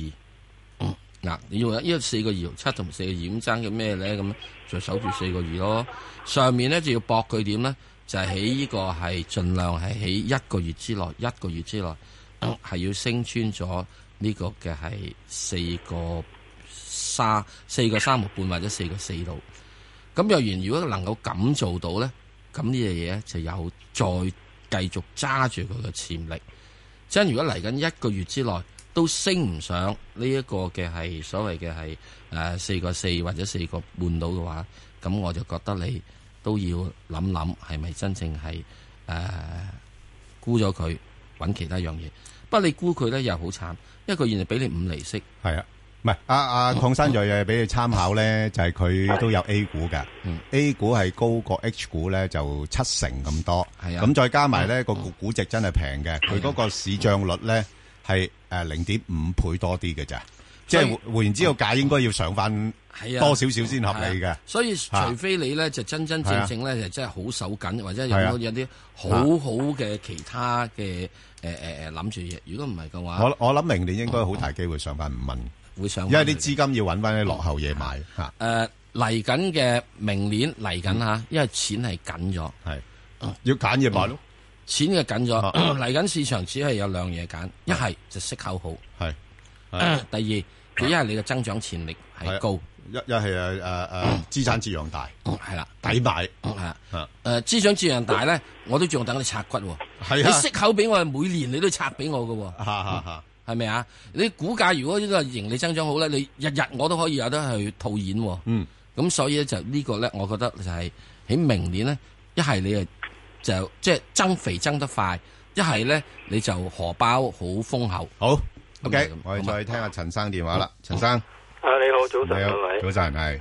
嗯嗱，你要因為四個二同七同四個二咁爭嘅咩咧？咁就守住四個二咯。上面咧就要搏佢點咧？就係喺呢個係盡量係喺一個月之內，一個月之內嗯係要升穿咗呢個嘅係四個三、四個三毫半或者四個四度。咁若然如果能夠咁做到咧，咁呢樣嘢咧就有再繼續揸住佢嘅潛力。即係如果嚟緊一個月之內都升唔上呢一個嘅係所謂嘅係誒四個四或者四個半到嘅話，咁我就覺得你都要諗諗係咪真正係誒、呃沽咗佢，揾其他樣嘢。不過你估佢咧又好慘，因為佢現在俾你五厘息，
係啊，唔係，阿- 阿邝生瑞又俾你參考呢，就係佢都有 A 股㗎。
嗯。
A 股係高過 H 股呢，就七成咁多。
係啊。
咁再加埋呢，個股-嗯估值真係平嘅，佢嗰個市漲率呢，係，誒，0.5倍多啲嘅咋。即係
所以-
換-換言之，個價應該要上返
係啊，
多少少先合理嘅。啊
係啊所以除非你咧就真真正正咧就真係好手緊，或者有
係啊
冇有啲好好嘅其他嘅誒誒誒諗住嘢。如果唔係嘅話，
我-我諗明年應該好大機會上返5蚊，啊
會上返去嘅。
因為啲資金要搵返啲落後嘢買，嚇，
誒嚟緊嘅明年嚟緊嚇，因為錢係緊咗，
要揀嘢買咯，
錢嘅緊咗，
啊
嚟緊市場只係有兩嘢揀，一係就息口好，第
係，係。
二佢一係你嘅增長潛力
啊
係高，
一-一係，誒，誒，誒，呃資產折讓大，
係啦，
抵買。
係
啊
誒資長資養大咧，我都仲等你拆骨喎，
係啊。啊
你息口俾我，每年你都拆俾我嘅喎。
哈，哈，哈。
係咪啊？你股價如果呢個盈利增長好咧，你日日我都可以有得去套現喎。
嗯，
咁所以咧就呢個咧，我覺得就係喺明年咧，一係你啊就即係增肥增得快，一係咧你就荷包好豐厚。
好
咁啊
，OK，
係咁
我哋
好嘛
再聽下陳生電話啦。陳生，
啊，你好，早晨
你好
兩位。
早晨係，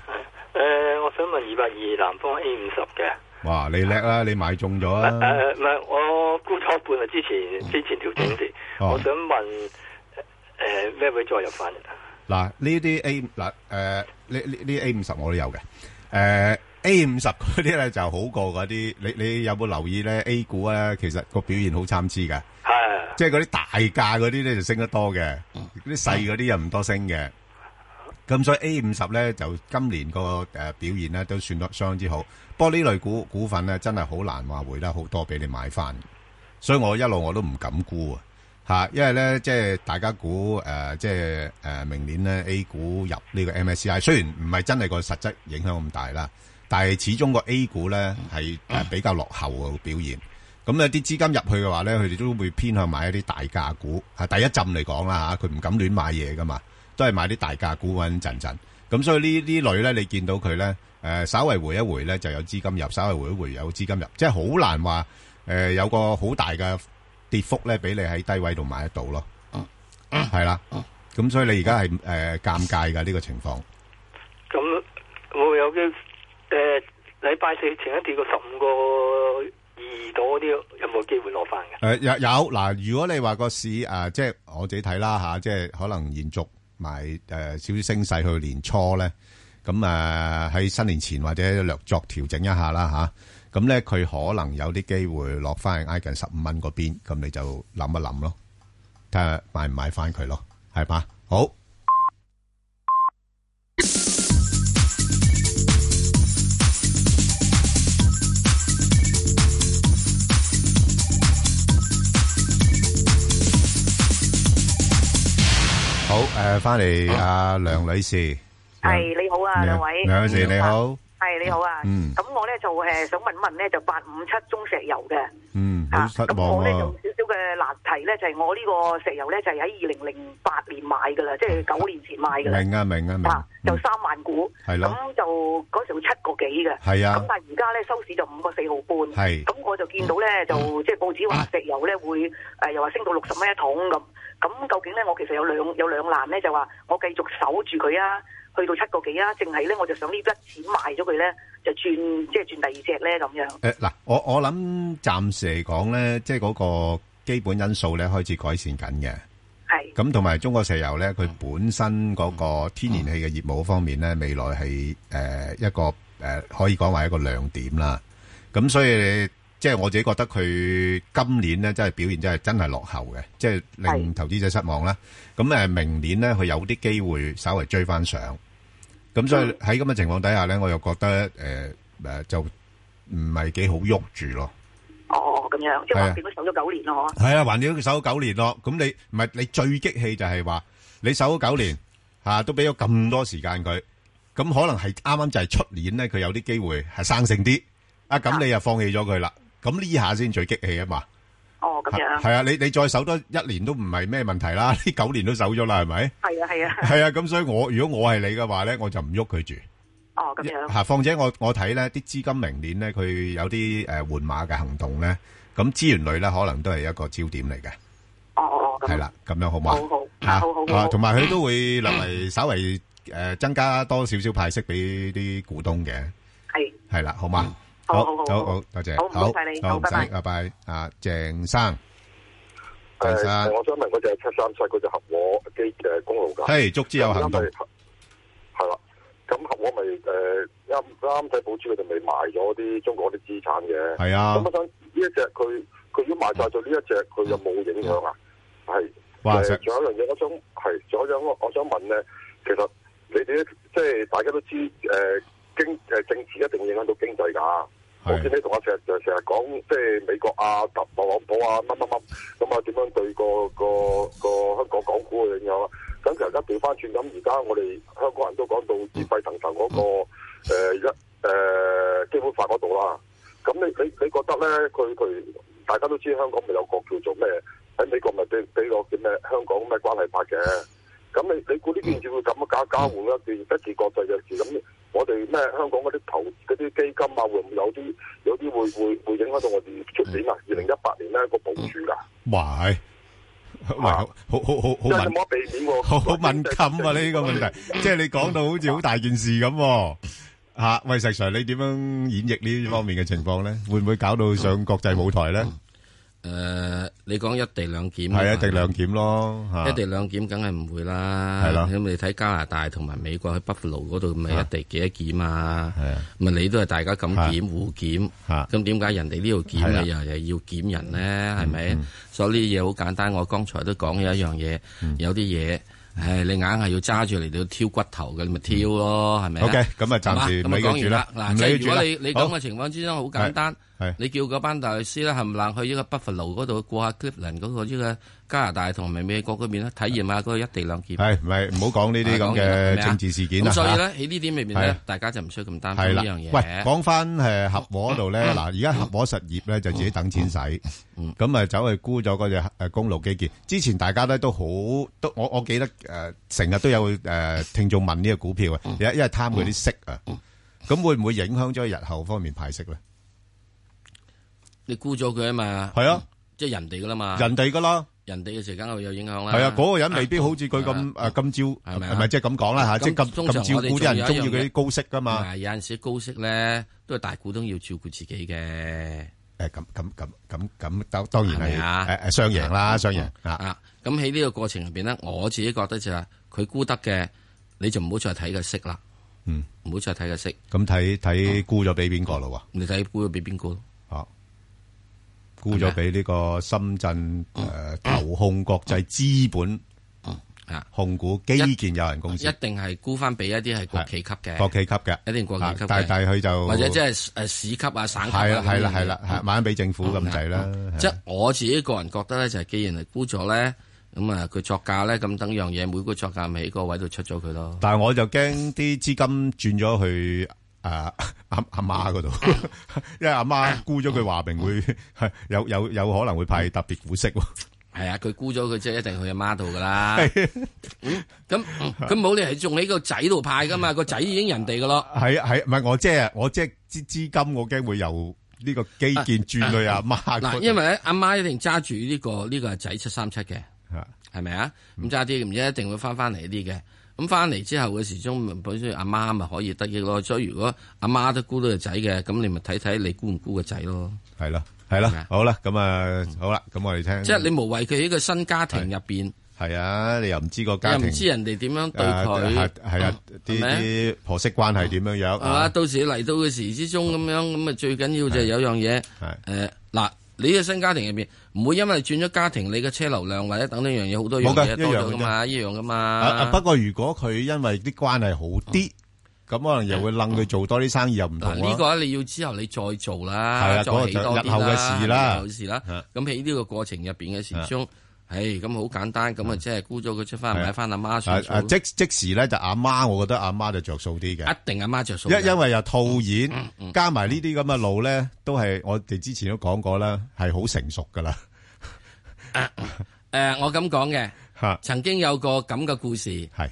誒，我想問二百二南方 A 五十嘅。
哇，你叻啦，你買中咗
誒
啊，
唔係，我估錯半啊！之前之前調整時，
嗯哦
我想問誒咩位再入翻？
嗱，呢啲 A 嗱誒，呢呢呢 A 五十我都有嘅，誒 A 五十嗰啲咧就好過嗰啲，你你有冇留意咧 A 股咧？其實個表現好參差嘅，
係
即係嗰啲大價嗰啲咧就升得多嘅，啲細嗰啲又唔多升嘅。咁所以 A 五十咧就今年個誒表現咧都算得相當之好。不過呢類股股份咧真係好難話回得好多俾你買翻，所以我一路我都唔敢估啊嚇，因為咧即係大家估誒、呃即係誒、呃明年咧 A 股入呢個 MSCI，雖然唔係真係個實質影響咁大啦，但係始終個 A 股咧係誒比較落後嘅表現。咁咧啲資金入去嘅話咧，佢哋都會偏向買一啲大價股。啊，第一浸嚟講啦嚇，佢唔敢亂買嘢噶嘛，都係買啲大價股穩陣陣。咁所以呢呢類咧，你見到佢咧，誒、稍為回一回咧就有資金入，稍為回一回有資金入，即係好難話誒、有個好大嘅跌幅咧，俾你喺低位度買得到咯。係啦，咁所以你而家係誒尷尬㗎呢個情況。
咁我有嘅誒禮拜四前一跌過十五個二度嗰啲，有冇機會攞翻嘅？
誒、有有嗱，如果你話個市誒、啊即係我自己睇啦吓，即係可能延續埋誒、少少升勢去年初咧，咁啊喺新年前或者略作調整一下啦吓，咁咧佢可能有啲機會落翻去挨近十五蚊嗰邊，咁你就諗一諗咯，睇下買唔買翻佢咯，係嘛？好，好誒，翻嚟阿梁女士，
係你好啊，兩位。
梁嗯女士你好，
係你好啊。
嗯
咁我咧就誒想問一問咧，就八五七中石油嘅。
嗯，好
啊
失
咁
望
我咧
喎、
有少少嘅難題咧，就係我呢個石油咧就係喺二零零八年買㗎啦，即係九年前買㗎啦。
明啊明啊明，
啊，就三萬股，
係咯
咁就嗰時候七個幾嘅，
係啊
咁但係而家咧收市就五個四毫半，
係嗯
咁我就見到咧就即係報紙話石油咧會誒又話升到六十蚊一桶咁，咁究竟咧我其實有兩有兩難咧，就話我繼續守住佢啊，去到七個幾啊，淨係咧我就想呢筆錢賣咗佢咧，就轉即係轉第二隻咧咁樣，
诶，嗱、我我谂暂时嚟讲咧，即系嗰个基本因素咧开始改善紧嘅。
係嗯
咁同埋中國石油咧，佢本身嗰個天然氣嘅業務方面咧，未來係誒、呃一個誒、呃可以講話一個亮點啦。咁所以即係我自己覺得佢今年咧，真係表現真係真係落後嘅，即係令
係
投資者失望啦。咁誒明年咧，佢有啲機會稍微追翻上。咁所以
嗯
喺咁嘅情況底下咧，我又覺得誒誒、呃就唔係幾好喐住咯。
哦咁樣，即係
係啊
話變咗守咗九年咯，嗬
系啊，還咗佢守咗九年咯。咁你唔係你最激氣就係話你守咗九年吓、啊都俾咗咁多時間佢，咁可能係啱啱就係出年咧，佢有啲機會係生性啲啊。咁你又放棄咗佢啦，咁呢下先最激氣啊嘛。
哦咁樣，
係啊，你你再守多一年都唔係咩問題啦， 呢九年都守咗啦，係 咪？
係啊係啊，
係啊，咁所以我如果我係你嘅話咧，我就唔喐佢住。
哦咁樣。
吓，況且我我睇咧，啲資金明年咧，佢有啲诶換馬嘅行動咧，咁資源類咧可能都係一個焦點嚟嘅。係啦，咁樣好唔好啊？
哦好好
吓
好好
啊，
好
同埋佢都會略為稍為诶增加多少少派息俾啲股東嘅，
係
係啦，好嘛？
好
好
好好
好好，多謝，
好唔該
好
晒你
好
好
唔
拜
使，拜
拜
拜。啊，鄭生，鄭
誒，
生，
呃我想問嗰只七三七嗰只合和機嘅公路㗎，
係，足之有行動，
係啦。咁合和咪誒啱啱睇報紙佢哋咪賣咗啲中國啲資產嘅。
係啊
咁，我想呢一隻佢佢如果賣晒咗呢一隻，佢有冇影響啊？
嗯
係。
哇，
誒
實
仲有一樣嘢，我想係，仲有一樣我我想問咧，其實你哋即係大家都知誒、經誒政治一定影響到經濟㗎。我見
係
你同阿石就成日講，即係美國啊、特特朗普啊、乜乜乜，咁啊點樣對個個個香港港股嘅影響啊？咁其實而家調翻轉咁，而家我哋香港人都講到熱沸騰騰嗰個誒一誒基本法嗰度啦。咁你你你覺得咧，佢佢大家都知香港咪有個叫做咩？喺美國咪俾俾個叫咩香港咩關係法嘅？咁你你估呢件事會咁啊樣搞交換一件一次國際嘅事咁？我哋咩香港嗰啲投嗰啲基金啊，會唔會有啲有啲會會會影響到我哋出年啊？二零一八年咧個部署㗎，
哇，係喂，好好好好
即
敏
係你冇得避免喎。
好敏感啊！呢個問題，即係你講到好似好大件事咁喎。吓，喂，石 Sir，你點樣演繹呢方面嘅情況咧？會唔會搞到上國際舞台咧？
诶，你講一地兩檢
係一地兩檢咯，吓
一地兩檢梗係唔會啦，
係啦
咁你睇加拿大同埋美國喺北佛路嗰度咪一地幾多檢啊？
係啊
咪你都係大家咁檢互檢，
嚇
咁點解人哋呢度檢
啊係啊嗯
你又係要檢人呢？係咪？所以呢啲嘢好簡單，我剛才都講有一樣嘢，
嗯
有啲嘢。唉，你硬係要揸住嚟到挑骨頭嘅，你咪挑咯，係咪啊
嗯 OK，咁啊暫時
好
唔
嘛
理
咁啊
佢住啦
講完嗱，
唔
即
理
係
佢住
如果
啦
你你
好
咁嘅情況之中，好簡單
係係，
你叫嗰班大律師啦，冚唪唥去呢個北佛路嗰度過下 Clifton 嗰個呢個加拿大同埋美國嗰邊咧，體驗下嗰個一地兩檢。
係咪唔好講呢啲咁嘅政治事件啦
咁所以
嚇
咧喺呢點裏邊
係
咧，大家就唔需要咁擔
係
心
啦，
呢樣嘢。
喂，講返，誒，合和嗰度呢，嗱，而家合和實業呢，就自己等錢使，咁啊，走去沽咗嗰隻，誒，公路基建。之前大家呢，都好-都-我-我記得，誒，成日都有，誒，聽眾問呢個股票啊，因為-因為貪佢啲息啊。咁會唔會影響咗日後方面派息呢？
你估咗佢啊嘛，
係啊，
即係人哋噶啦嘛，
人哋㗎啦，
人哋嘅時間會有影響啦。
啊係啊，嗰個人未必好似佢咁，誒，今朝，
係咪啊？
唔係，即係咁講啦吓，
咁
即係咁-
通常
咁照顧
我哋仲
啲人，
有一
鍾意
樣嘢。
嗰啲高息㗎嘛。
同埋有陣時高息咧，都係大股東要照顧自己嘅。
誒，咁-咁-咁-咁-咁，當-當然係，
係咪啊？
誒，誒，雙贏啦，雙贏，啊。
啊，咁喺呢個過程入邊咧，我自己覺得就係佢沽得嘅，你就唔好再睇佢息啦。
嗯，
唔好再睇佢息，
咁睇睇沽咗俾邊個咯
你睇沽咗俾邊個咯？
喎？啊，沽咗俾呢個深圳诶投控國際資本
啊，
控股基建有限公
一
司，
定係沽翻俾一啲係國企級嘅，
國企級嘅，
一定國企級
啊
嘅
但係但係佢就
或者即係誒市級啊、省級啊
係啦係啦
咁樣
係啦，係買咗俾政府咁滯啦。係
即係我自己個人覺得咧，就係既然係沽咗咧，咁啊佢作價咧，咁等樣嘢每股作價咪喺個位度出咗佢咯。
但係我就驚啲資金轉咗去。啊 阿阿媽嗰度， 因為阿媽沽咗佢話明會 有有有可能會派特別股息喎，
係啊，佢沽咗佢即係一定去阿媽度噶啦。嗯咁咁冇理由係仲喺個仔度派噶嘛，個仔已經人哋噶咯。
係啊係啊，唔係我即係我即係資資金，我驚會由呢個基建轉去阿媽嗰
嗱，
度。
因為咧阿媽一定揸住呢個呢個係仔七三七嘅，
啊
係咪啊？咁揸啲，唔知一定會翻翻嚟呢啲嘅。咁翻嚟之後嘅時鐘，本身阿媽咪可以得益咯。所以如果阿媽都估到個仔嘅，咁你咪睇睇你估唔估個仔咯。
係咯係咯
係啊，
好啦，咁啊好啦，咁我哋聽。
即係你無謂佢喺個新家庭入邊，
係啊，你又唔知個家
又
庭
唔知人哋點樣對
誒
佢嗯
係，係啊啲
係咪
啲婆媳關係點樣樣
係嘛？
啊？
到時嚟到嘅時之中咁樣，咁啊最緊要就係有樣嘢
係，
誒嗱，你嘅新家庭入邊唔會因為轉咗家庭，你嘅車流量或者等等樣嘢好多樣
冇㗎
嘢多咗噶嘛，一樣噶
啊啊
嘛。
不過如果佢因為啲關係好啲，咁可能又會楞佢做多啲生意又唔
嗱
同
呢
咯。
個你要之後你再做
係
啦
啊，
再
嗰個
起
就
多啲
日後嘅事啦
日後嘅事啦
啊。
咁喺呢個過程入邊嘅時鐘，唉咁好簡單，咁啊即係沽咗佢出翻
係啊
買翻阿媽
啊
算數
啊，即即時咧就阿媽，我覺得阿媽就着數啲嘅。
一定阿媽着數嘅。
因因為又套現，加埋呢啲咁嘅路咧，都係我哋之前都講過啦，係好成熟噶啦
誒我咁講嘅，
吓，
曾經有個咁嘅故事。
係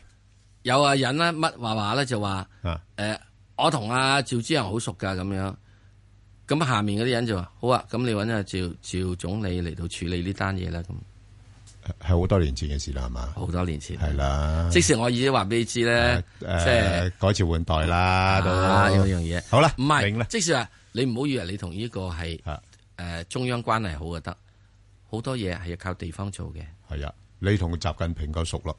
有啊人咧乜話話咧就話
啊
诶、誒呃我同阿趙之陽好熟噶咁樣，咁下面嗰啲人就話好啊，咁你揾阿趙趙總理嚟到處理呢單嘢啦咁。
係好多年前嘅事啦，係嘛？
好多年前。
係啦，
即使我已經話俾你知咧，即係
誒改朝換代啦，都
啊有樣嘢。
好啦，
唔
明
係
啦，
即使話你唔好以為你同呢個係
啊
誒中央關係好就得，好多嘢係要靠地方做嘅。
係啊，你同習近平夠熟咯。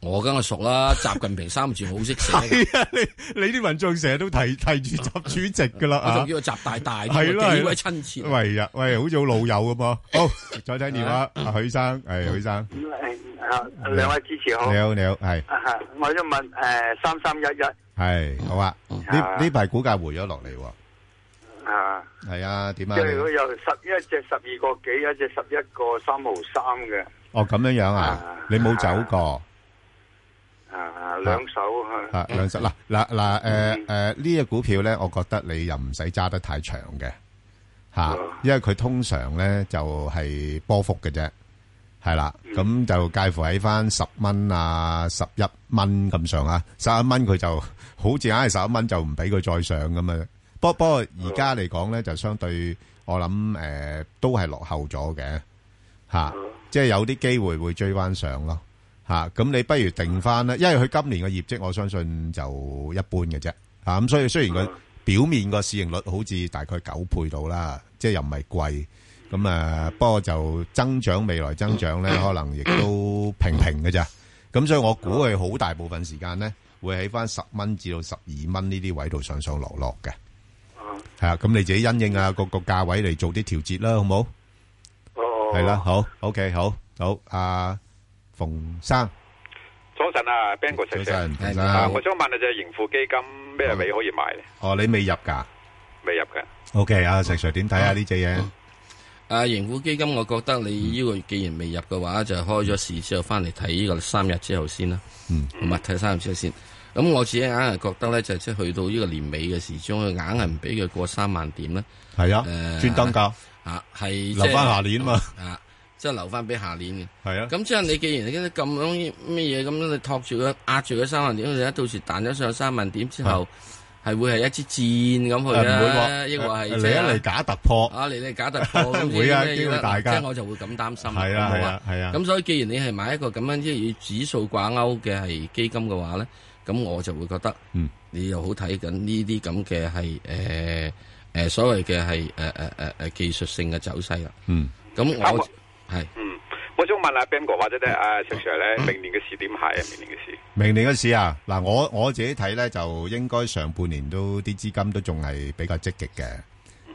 我梗係熟 啦，習近平三個字我好識寫嘅，
係啊， 你你啲民眾成日都提 提住習主席噶啦
我
啊
仲叫佢習大大，
係
幾
咯係咯
鬼親切。啊
喂呀，喂，好似好老友咁 噃。好，再睇電話，阿許生，係許生，
啊，兩位支持好。
你好，你好，係
啊我想問誒三三一一
係好啊。呢呢排股價回咗落嚟喎，
啊，
係啊，點
即
啊？
係
你
佢有十一隻十二個幾，一隻十一個三毫三嘅
哦，咁樣樣啊
啊？
你冇走過？
啊，兩手啊
啊，兩十嗱嗱嗱誒誒呢只股票咧，我覺得你又唔使揸得太長嘅嚇，因為佢通常咧就係波幅嘅啫，係啦，咁就介乎喺翻十蚊啊十一蚊咁上下，十一蚊佢就好似硬係十一蚊就唔俾佢再上咁啊。不不過而家嚟講咧，就相對我諗誒、呃都係落後咗嘅。吓，即係有啲機會會追翻上咯，吓、咁你不如定翻啦，因為佢今年嘅業績我相信就一般嘅啫，吓、咁所以雖然佢表面個市盈率好似大概九倍到啦，即係又唔係貴，咁啊，不過就增長未來增長咧，可能亦都平平嘅咋，咁所以我估佢好大部分時間咧會喺翻十蚊至到十二蚊呢啲位度上上落落嘅，係啊，咁你自己因應啊個個價位嚟做啲調節啦，好冇？
哦，
系啦，好，OK，好，好，阿冯生，
早晨啊，Ben 哥
早
石
晨，
石，
冯
啊，
生
我，想問下隻盈富基金咩位可以買咧？
哦，你未入噶
未入嘅，
？OK，阿石 Sir 点睇下呢只嘢？
啊，盈富基金，我覺得你
嗯
呢個既然未入嘅話，就開咗市之後翻嚟睇呢個三日之後先啦。
嗯，
同埋睇三日之後先。咁我自己硬係覺得咧，就即係去到呢個年尾嘅時鐘，佢硬係唔俾佢過三萬點咧。
系啊，
誒
专登噶，
啊，係
留翻下年嘛，
啊，即係留翻俾下年嘅。
系啊，
咁即係你既然你咁樣咩嘢咁，你托住佢壓住佢三萬點，你一到時彈咗上三萬點之後，係會係一支箭咁去
啊誒唔會
啊？
喎
抑或係
誒
即
嚟
係
一嚟假突破，
啊！你哋假突 破咁
會啊
呢啲
機會大㗎
即係我就會咁擔心。
係啊
好唔好
係啊係啊
咁所以既然你係買一個咁樣即係與指數掛鈎嘅係基金嘅話咧，咁我就會覺得，
嗯，
你又好睇緊呢啲咁嘅係誒誒所謂嘅係誒誒誒誒技術性嘅走勢啦。
嗯，
咁
啊
我
我
係
嗯，我想問下 Ben 哥或者
嗯
咧啊石 Sir 咧，明年嘅市點係啊？明年嘅市
明年嘅市啊，嗱，我我自己睇咧就應該上半年都啲資金都仲係比較積極嘅，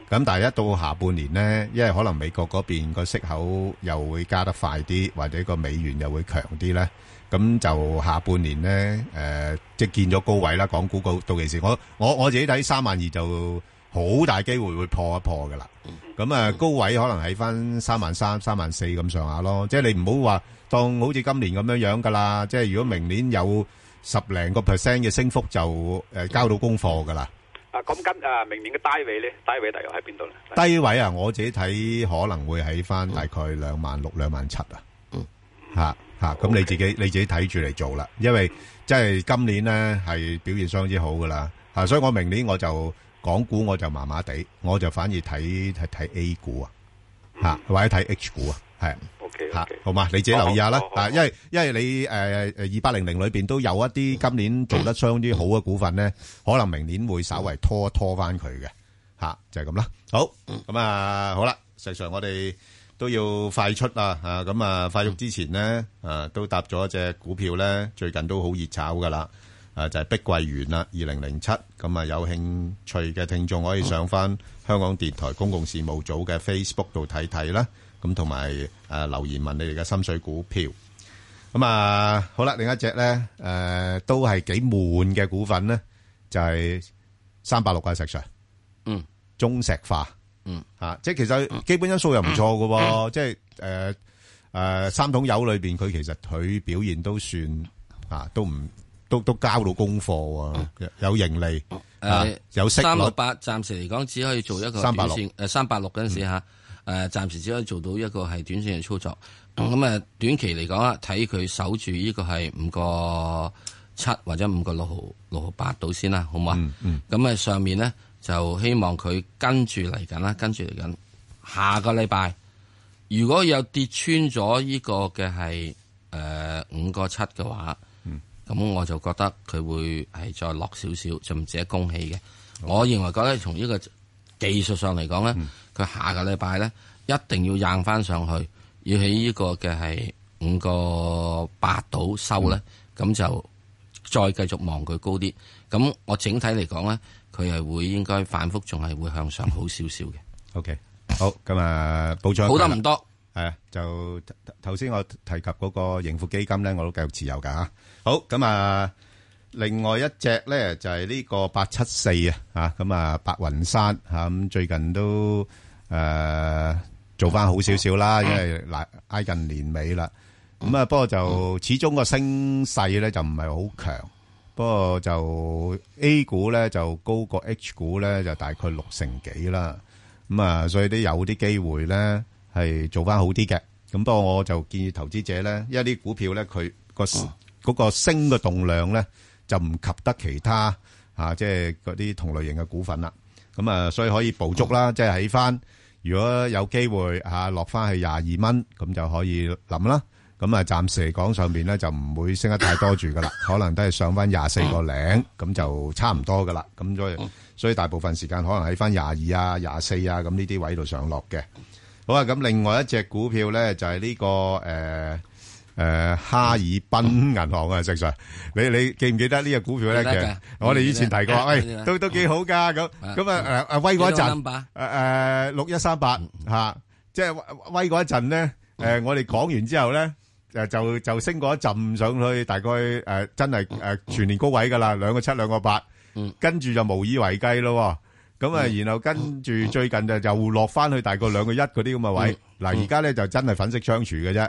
咁但係一到下半年咧，因為可能美國嗰邊個息口又會加得快啲，或者個美元又會強啲咧，咁就下半年咧，誒、即係見咗高位啦，港股高到期時，我我我自己睇三萬二就好大機會會破一破噶啦。咁啊，高位可能喺翻三萬三、三萬四咁上下咯。即係你唔好話當好似今年咁樣樣噶啦。即係如果明年有十零個 percent 嘅升幅就，誒交到功課噶啦。
啊，咁跟啊明年嘅低位咧，低位大約喺邊度咧？
低位啊，我自己睇可能會喺翻大概兩萬六、兩萬七啊。吓吓，咁你自己你自己睇住嚟做啦，因為即係今年咧係表現相當之好噶啦，吓，所以我明年我就港股我就麻麻地，我就反而睇睇睇 A 股啊，吓或者睇 H 股啊，係
OK，OK
吓，好嘛，你自己留意下啦
好好，好
吓，因為因為你诶诶二八零零裏边都有一啲今年做得相當之好嘅股份咧，可能明年會稍微拖一拖翻佢嘅，吓就係咁啦，好，咁啊好啦，實際上我哋。都要快出啦，啊咁啊快速之前咧，啊都搭咗一隻股票咧，最近都好熱炒噶啦，啊就係、碧桂園啦，二零零七，咁啊有興趣嘅聽眾可以上翻香港電台公共事務組嘅 Facebook 度睇睇啦，咁同埋誒留言問你哋嘅心水股票。咁啊，好啦，另一隻咧，誒、都係幾悶嘅股份咧，就係三百六啊，石 Sir，
嗯，
中石化，
嗯，
啊，即係其實基本因素又唔錯嘅喎，即係誒誒三桶油裏邊佢其實佢表現都算啊，都唔都都交到功課喎，有有盈利，啊
誒
有息
三六
率，
八，暫時嚟講只可以做一個
386
短線誒三八六嗰陣
嗯
時嚇，誒暫時只可以做到一個係短線嘅操作。咁啊，短期嚟講啊，睇佢守住呢個係五個七或者五個六毫六毫八到先啦，好嘛？
嗯
咁啊，上面咧就希望佢跟住嚟緊啦，跟住嚟緊下個禮拜如果有跌穿咗呢個嘅係誒五個七嘅話，
嗯
咁、我就覺得佢會係再落少少，就唔止一恭喜嘅。我認為覺得從呢個技術上嚟講咧，
嗯
佢、下個禮拜咧一定要硬翻上去，要喺呢個嘅係五個八度收咧，咁、
嗯
就再繼續望佢高啲。咁我整體嚟講咧，佢係會應該反覆仲係會向上好少少嘅。
OK，好，咁啊，補充一句啦。
好得唔多。
係啊，就頭-啊頭先我提及嗰個盈富基金呢，我都繼續持有㗎吓。好，咁啊，另外一隻呢，就係呢個874啊，吓，咁啊，白雲山，吓，咁最近都，呃，做返好少少啦，因為挨-挨近年尾啦。咁啊，不過就始終個升勢呢，就唔係好強。不過就 A 股呢，就高過 H 股呢，就大概6成幾啦。咁啊，所以啲有啲機會咧係做翻好啲嘅。咁不過我就建議投資者咧，因為啲股票咧佢個嗰個升嘅動量咧就唔及得其他啊，即係嗰啲同類型嘅股份啦。咁啊，所以可以捕捉啦，即係喺翻如果有機會啊落翻去廿二蚊，咁就可以諗啦。咁啊，暫時嚟講上邊咧就唔會升得太多 住噶啦，可能都係上翻廿四個零，咁就差唔多噶啦。咁所以所以大部分時間可能喺翻廿二啊、廿四啊咁呢啲位度上落嘅。好啊，咁另外一隻股票咧就係、呢、個誒誒、呃哈爾濱銀行啊，石 Sir，你你記唔記得呢只股票咧？
記
其
得㗎
實我哋以前提過，
嗯
喂
記得，
都都幾好噶咁
嗯
咁啊誒誒威嗰一
幾多
陣
number？
誒誒六一三八嚇，即係威威嗰一陣咧誒，我哋講完之後咧。誒就就升過一陣上去，大概誒、呃真係誒、呃全年高位㗎啦，兩個七兩個八，跟住就無以為繼咯喎。咁啊，然後跟住最近就又落翻去大概兩個一嗰啲咁嘅位。嗱、而家咧就真係粉飾相處嘅啫。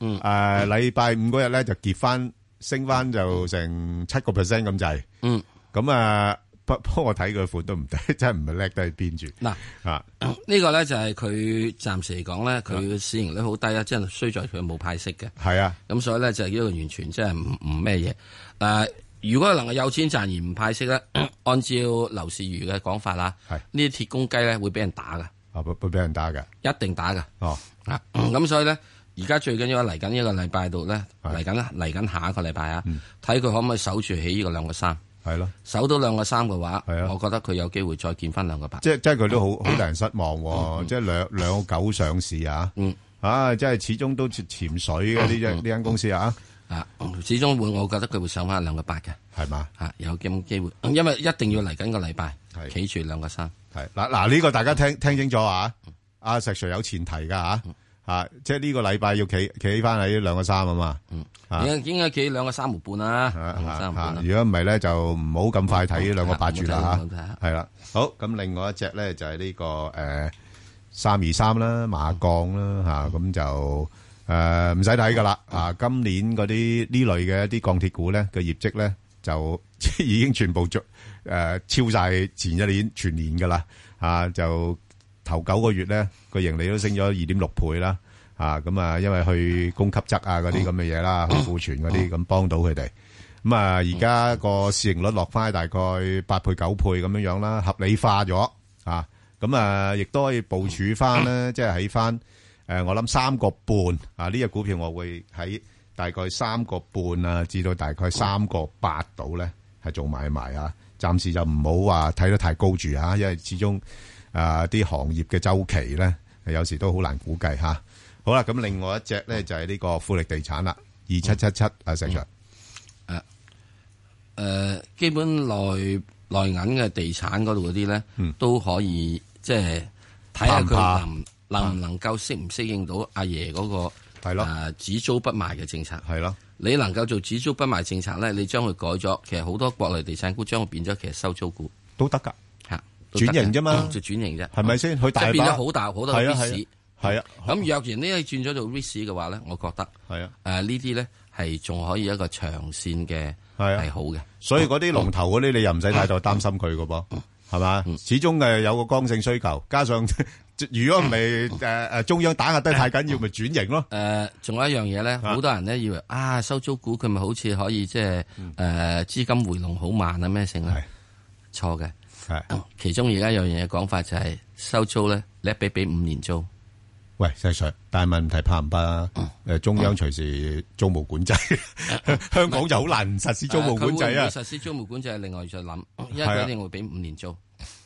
誒、禮拜五嗰日咧就結翻升翻就成七個 percent 咁滯。
嗯，
咁啊，不不過我睇佢款都唔低， 真係唔係叻得去邊住
嗱。
啊。
呢個咧就係佢暫時嚟講咧，佢嘅市盈率好低啊啦，即係衰在佢冇派息嘅，
係啊，
咁所以咧就係呢個完全即係唔唔咩嘢。誒，如果能夠有錢賺而唔派息咧， 按照劉士余嘅講法啦，
係
呢啲鐵公雞咧會俾人打噶，
啊不不俾人打㗎。
一定打噶。
哦，
啊， 咁所以咧，而家最緊要嚟緊呢個禮拜度咧，
係嗯
嚟緊嚟緊下一個禮拜啊，睇佢可唔可以守住起呢個兩個三，
係咯。
守到兩個三嘅話，
係啊
我覺得佢有機會再見翻兩個八。
即即係佢都好好令人失望
嗯
喎！即係兩兩個九上市啊！啊，即係始終都潛水嘅
嗯
呢只呢間公司啊，
啊，始終會，我覺得佢會上翻兩個八嘅。
係嘛？
吓、有咁機會，因為一定要嚟緊個禮拜
係，
企住兩個三。
係嗱嗱，呢個大家聽
嗯
聽清楚啊！阿石 Sir 有前提㗎吓啊！即係呢個禮拜要企企翻喺兩個三啊嘛！啊
應應該企兩個三毫半啦，兩個三毫半啦。啊
如果唔係咧，就唔好咁快啊睇兩個八住啦啊
嗯 嗯
嚇。係啦，好咁，另外一隻咧就係呢個誒三二三啦，馬鋼啦嚇，咁就誒唔使睇噶啦啊！今年嗰啲呢類嘅一啲鋼鐵股咧嘅業績咧，就已經全部做誒超晒前一年全年噶啦啊！就頭九個月咧個盈利都升咗二點六倍啦。啊，咁啊，因為去供給側啊嗰啲咁嘅嘢啦，去庫存嗰啲咁幫到佢哋。咁啊，而家個市盈率落翻大概八倍九倍咁樣樣啦，合理化咗啊。咁啊，亦都可以部署翻咧，即係喺翻誒，我諗三個半啊，呢只股票我會喺大概三個半啊，至到大概三個八度咧，係做買賣啊。暫時就唔好話睇得太高住啊，因為始終啊啲行業嘅周期咧，有時都好難估計嚇。好啦，咁另外一隻咧就係呢個富力地產啦，二七七七啊，石 Sir。
誒、
啊
基本內內銀嘅地產嗰度嗰啲咧，
嗯
都可以即係睇下佢
怕
能能唔能夠適唔適應到阿爺嗰、個
啊係咯
誒只租不賣嘅政策。
係咯，
你能夠做只租不賣政策咧，你將佢改咗，其實好多國內地產股將佢變咗其實收租股
都得噶，
嚇，都得㗎
轉型啫嘛
就轉型啫，
係咪先？佢
即
大把
係變咗好大好多
係啊
risk
係啊，
咁若然呢一轉咗做 risk 嘅話咧，我覺得
係啊，
誒呃呢啲咧係仲可以一個長線嘅
係啊
係好嘅。
所以嗰啲龍頭嗰啲你又唔使太多擔心佢噶噃，係嘛？始終誒有個剛性需求，加上如果唔係誒誒中央打壓得太緊要，咪轉型咯。
誒，呃仲有一樣嘢咧，好多人咧以為啊收租股佢咪好似可以即係
嗯
誒資金回籠好慢啊咩成啊
係，
錯嘅。嗯
係
其中而家有樣嘢講法就係收租咧，你一俾俾五年租，
喂，石 Sir，但系問題怕唔怕？诶，中央隨時租務管制，香港就好難實施租務管
佢
制
會唔會
啊！
實施租務管制，另外再諗，因為
係啊
佢一定會俾五年租。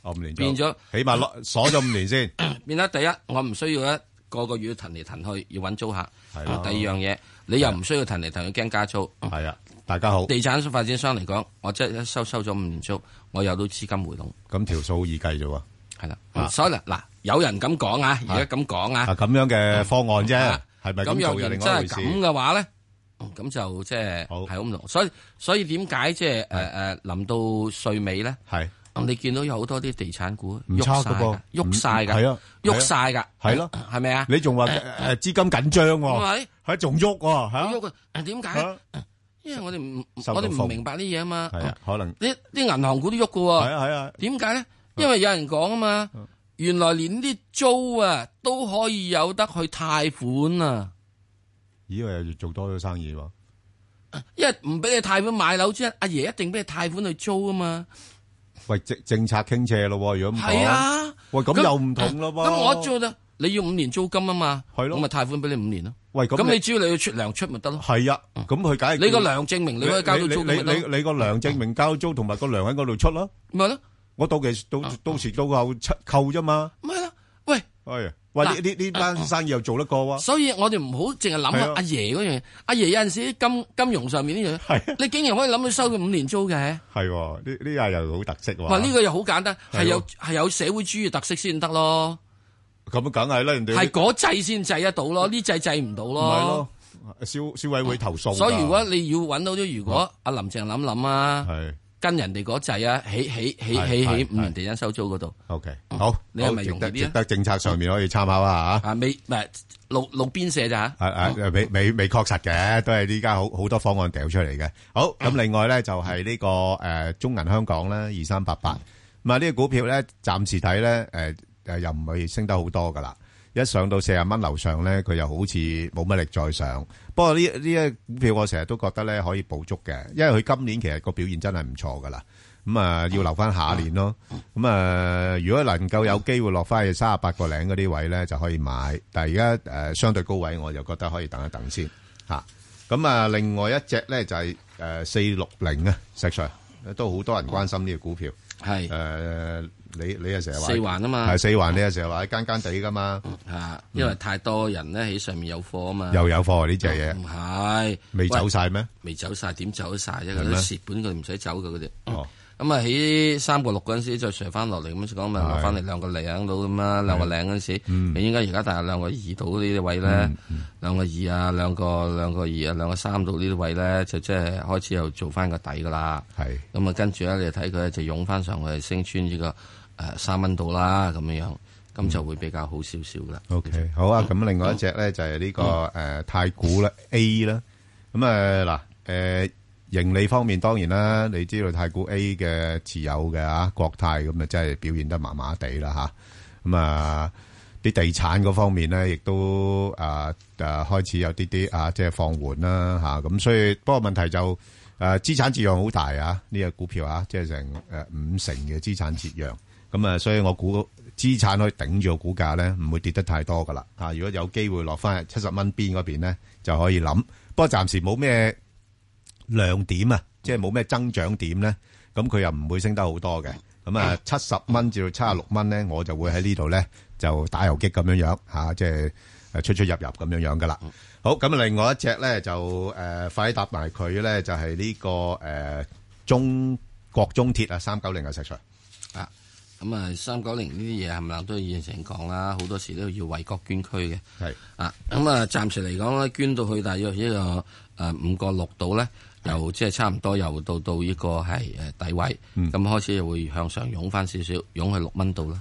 我五年
變咗，
起碼攞鎖咗五年先。
變咗第一，我唔需要一個個月騰嚟騰去，要揾租客。第
係咯
二樣嘢，你又唔需要騰嚟騰去驚加租。
係啊，大家好，
地產發展商嚟講，我即係收收咗五年租，我有到資金回籠，
咁條數好易計啫喎。
係啦。
啊
所以啦嗱，有人咁講啊，而家咁講啊
啊，，咁樣嘅方案啫
啊，
係咪
咁
咁
若
做又
然
另
真
外一回
係
事。
咁嘅話咧，咁就即係
好
係好唔同。所以所以點解即係誒誒臨到歲尾咧？
係
你見到有好多啲地產股
唔
喐
差
晒
㗎噃
㗎，喐晒㗎，
係啊係啊
喐晒㗎，
係咯
係咪啊？
你仲話诶資金緊張喎，
係
係仲喐喎
咪
吓
喐啊？點解？
嚇
因為我哋唔
受到
我哋
風
唔明白啲嘢啊嘛。
係啊，可能
啲啲銀行股都喐
係
㗎喎，
啊係啊，
點解咧？因為有人講啊嘛，
嗯
原來連啲租啊都可以有得去貸款啊。
咦，我又做多咗生意喎。
因为唔俾你貸款買樓之後，阿爺一定俾你貸款去租啊嘛。
喂，政政策傾斜咯喎，如果咁講
係，啊，
喂，咁又唔同咯噃。
咁我租咧，你要五年租金啊嘛，
係咯
咁咪貸款俾你五年咯。
喂，咁
咁
你
你只要你要出糧出咪得咯。
係啊，咁佢梗係
你個糧證明你可以交到租金
你
咪得
你
咯，
你個糧證明交租同埋個糧喺嗰度出咯。
咪咯，
我到期到到時到後出扣啫嘛。
咪咯。喂，
係，喂呢
嗱
呢呢單生意又做得過喎。
所以我哋唔好淨係諗
啊係啊
啊阿爺嗰樣嘢。阿爺有陣時啲金金融上面呢樣
係啊
嘢，你竟然可以諗佢收佢五年租嘅。
係喎，呢呢下又好特色喎。
話呢個又好簡單，
係咯
係有係有社會主義特色先得咯，
咁梗係啦，人哋
係嗰制先制得到咯，呢制制唔到
唔係咯，消消委會投訴
啊
㗎。
所以如果你要揾到啲，如果阿林鄭諗諗啊，
係
跟人哋嗰制啊，起起起
係
起
係
起五年地產收租嗰度
OK 好，
哦你係
好
咪
值
容易
得
啲啊
值得政策上面可以參考下嚇。
啊，未唔係路路邊社咋嚇？
啊啊，未未未確實嘅，都係呢家好好多方案掉出嚟嘅。好，咁另外咧就係呢個誒中銀香港啦，二三八八。咁啊，呢個股票咧，暫時睇咧誒誒又唔係升得好多噶啦。一上到四十蚊樓上咧，佢又好似冇乜力再上。不過呢呢一股票我成日都覺得咧可以捕捉嘅，因為佢今年其實個表現真係唔錯噶啦。咁啊，要留翻下年咯。咁啊，如果能夠有機會落翻去三十八個零嗰啲位咧，就可以買。但係而家誒相對高位，我就覺得可以等一等先嚇。咁啊，另外一隻咧就係誒四六零啊，石 Sir 都好多人關心呢個股票。
係
誒，你你又成日話
四環啊嘛
係，四環，你又成日話間間地噶嘛，
啊，因為太多人咧喺上面有貨啊嘛，
又有貨呢只嘢
唔係
未走，晒咩？
喂未走晒點走得晒啫？
係
嗰
咩
啲蝕本佢唔使走嘅嗰啲。
哦，
咁啊喺三個六嗰陣時再上翻落嚟咁樣講，咪落翻嚟兩個零到咁啦，兩個零嗰陣時，你應該而家大概兩個二到呢啲位咧，兩個二啊，兩個兩個二啊，兩個三到呢啲位咧，就即係開始又做翻個底噶啦。
係
咁啊，跟住咧你就睇佢咧就湧翻上去，升穿呢個誒三蚊度啦，咁樣樣，咁就會比較好少少噶啦。
OK，好啊。咁另外一隻咧就係呢個誒太古啦 A 啦。咁啊嗱誒盈利方面當然啦，你知道太古 A 嘅持有嘅啊國泰咁啊，真係表現得麻麻地啦吓，咁啊啲地產嗰方面咧，亦都啊啊開始有啲啲啊即係放緩啦吓，咁、所以不過問題就誒資產折讓好大啊！呢、個股票啊，即係成誒五成嘅資產折讓。咁啊，所以我估資產可以頂住個股價咧，唔會跌得太多噶啦。啊，如果有機會落翻七十蚊邊嗰邊咧，就可以諗。不過暫時冇咩亮點啊，即係冇咩增長點咧，咁佢又唔會升得好多嘅。咁啊，七十蚊至到七十六蚊咧，我就會喺呢度咧就打游擊咁樣樣嚇、啊即係誒出出入入咁樣樣噶啦。好，咁啊另外一隻咧就誒、呃快啲搭埋佢咧，就係、呢、個誒、呃中國中鐵啊，三九零啊，石 Sir。
啊，咁啊三九零呢啲嘢係咪都以前講啦，好多時都要為國捐軀嘅。
係
啊，咁啊，暫時嚟講咧，捐到去大約呢個啊誒五個六度咧，又即係差唔多，又到到呢個係誒底位，咁、開始又會向上湧翻少少，湧去六蚊度啦。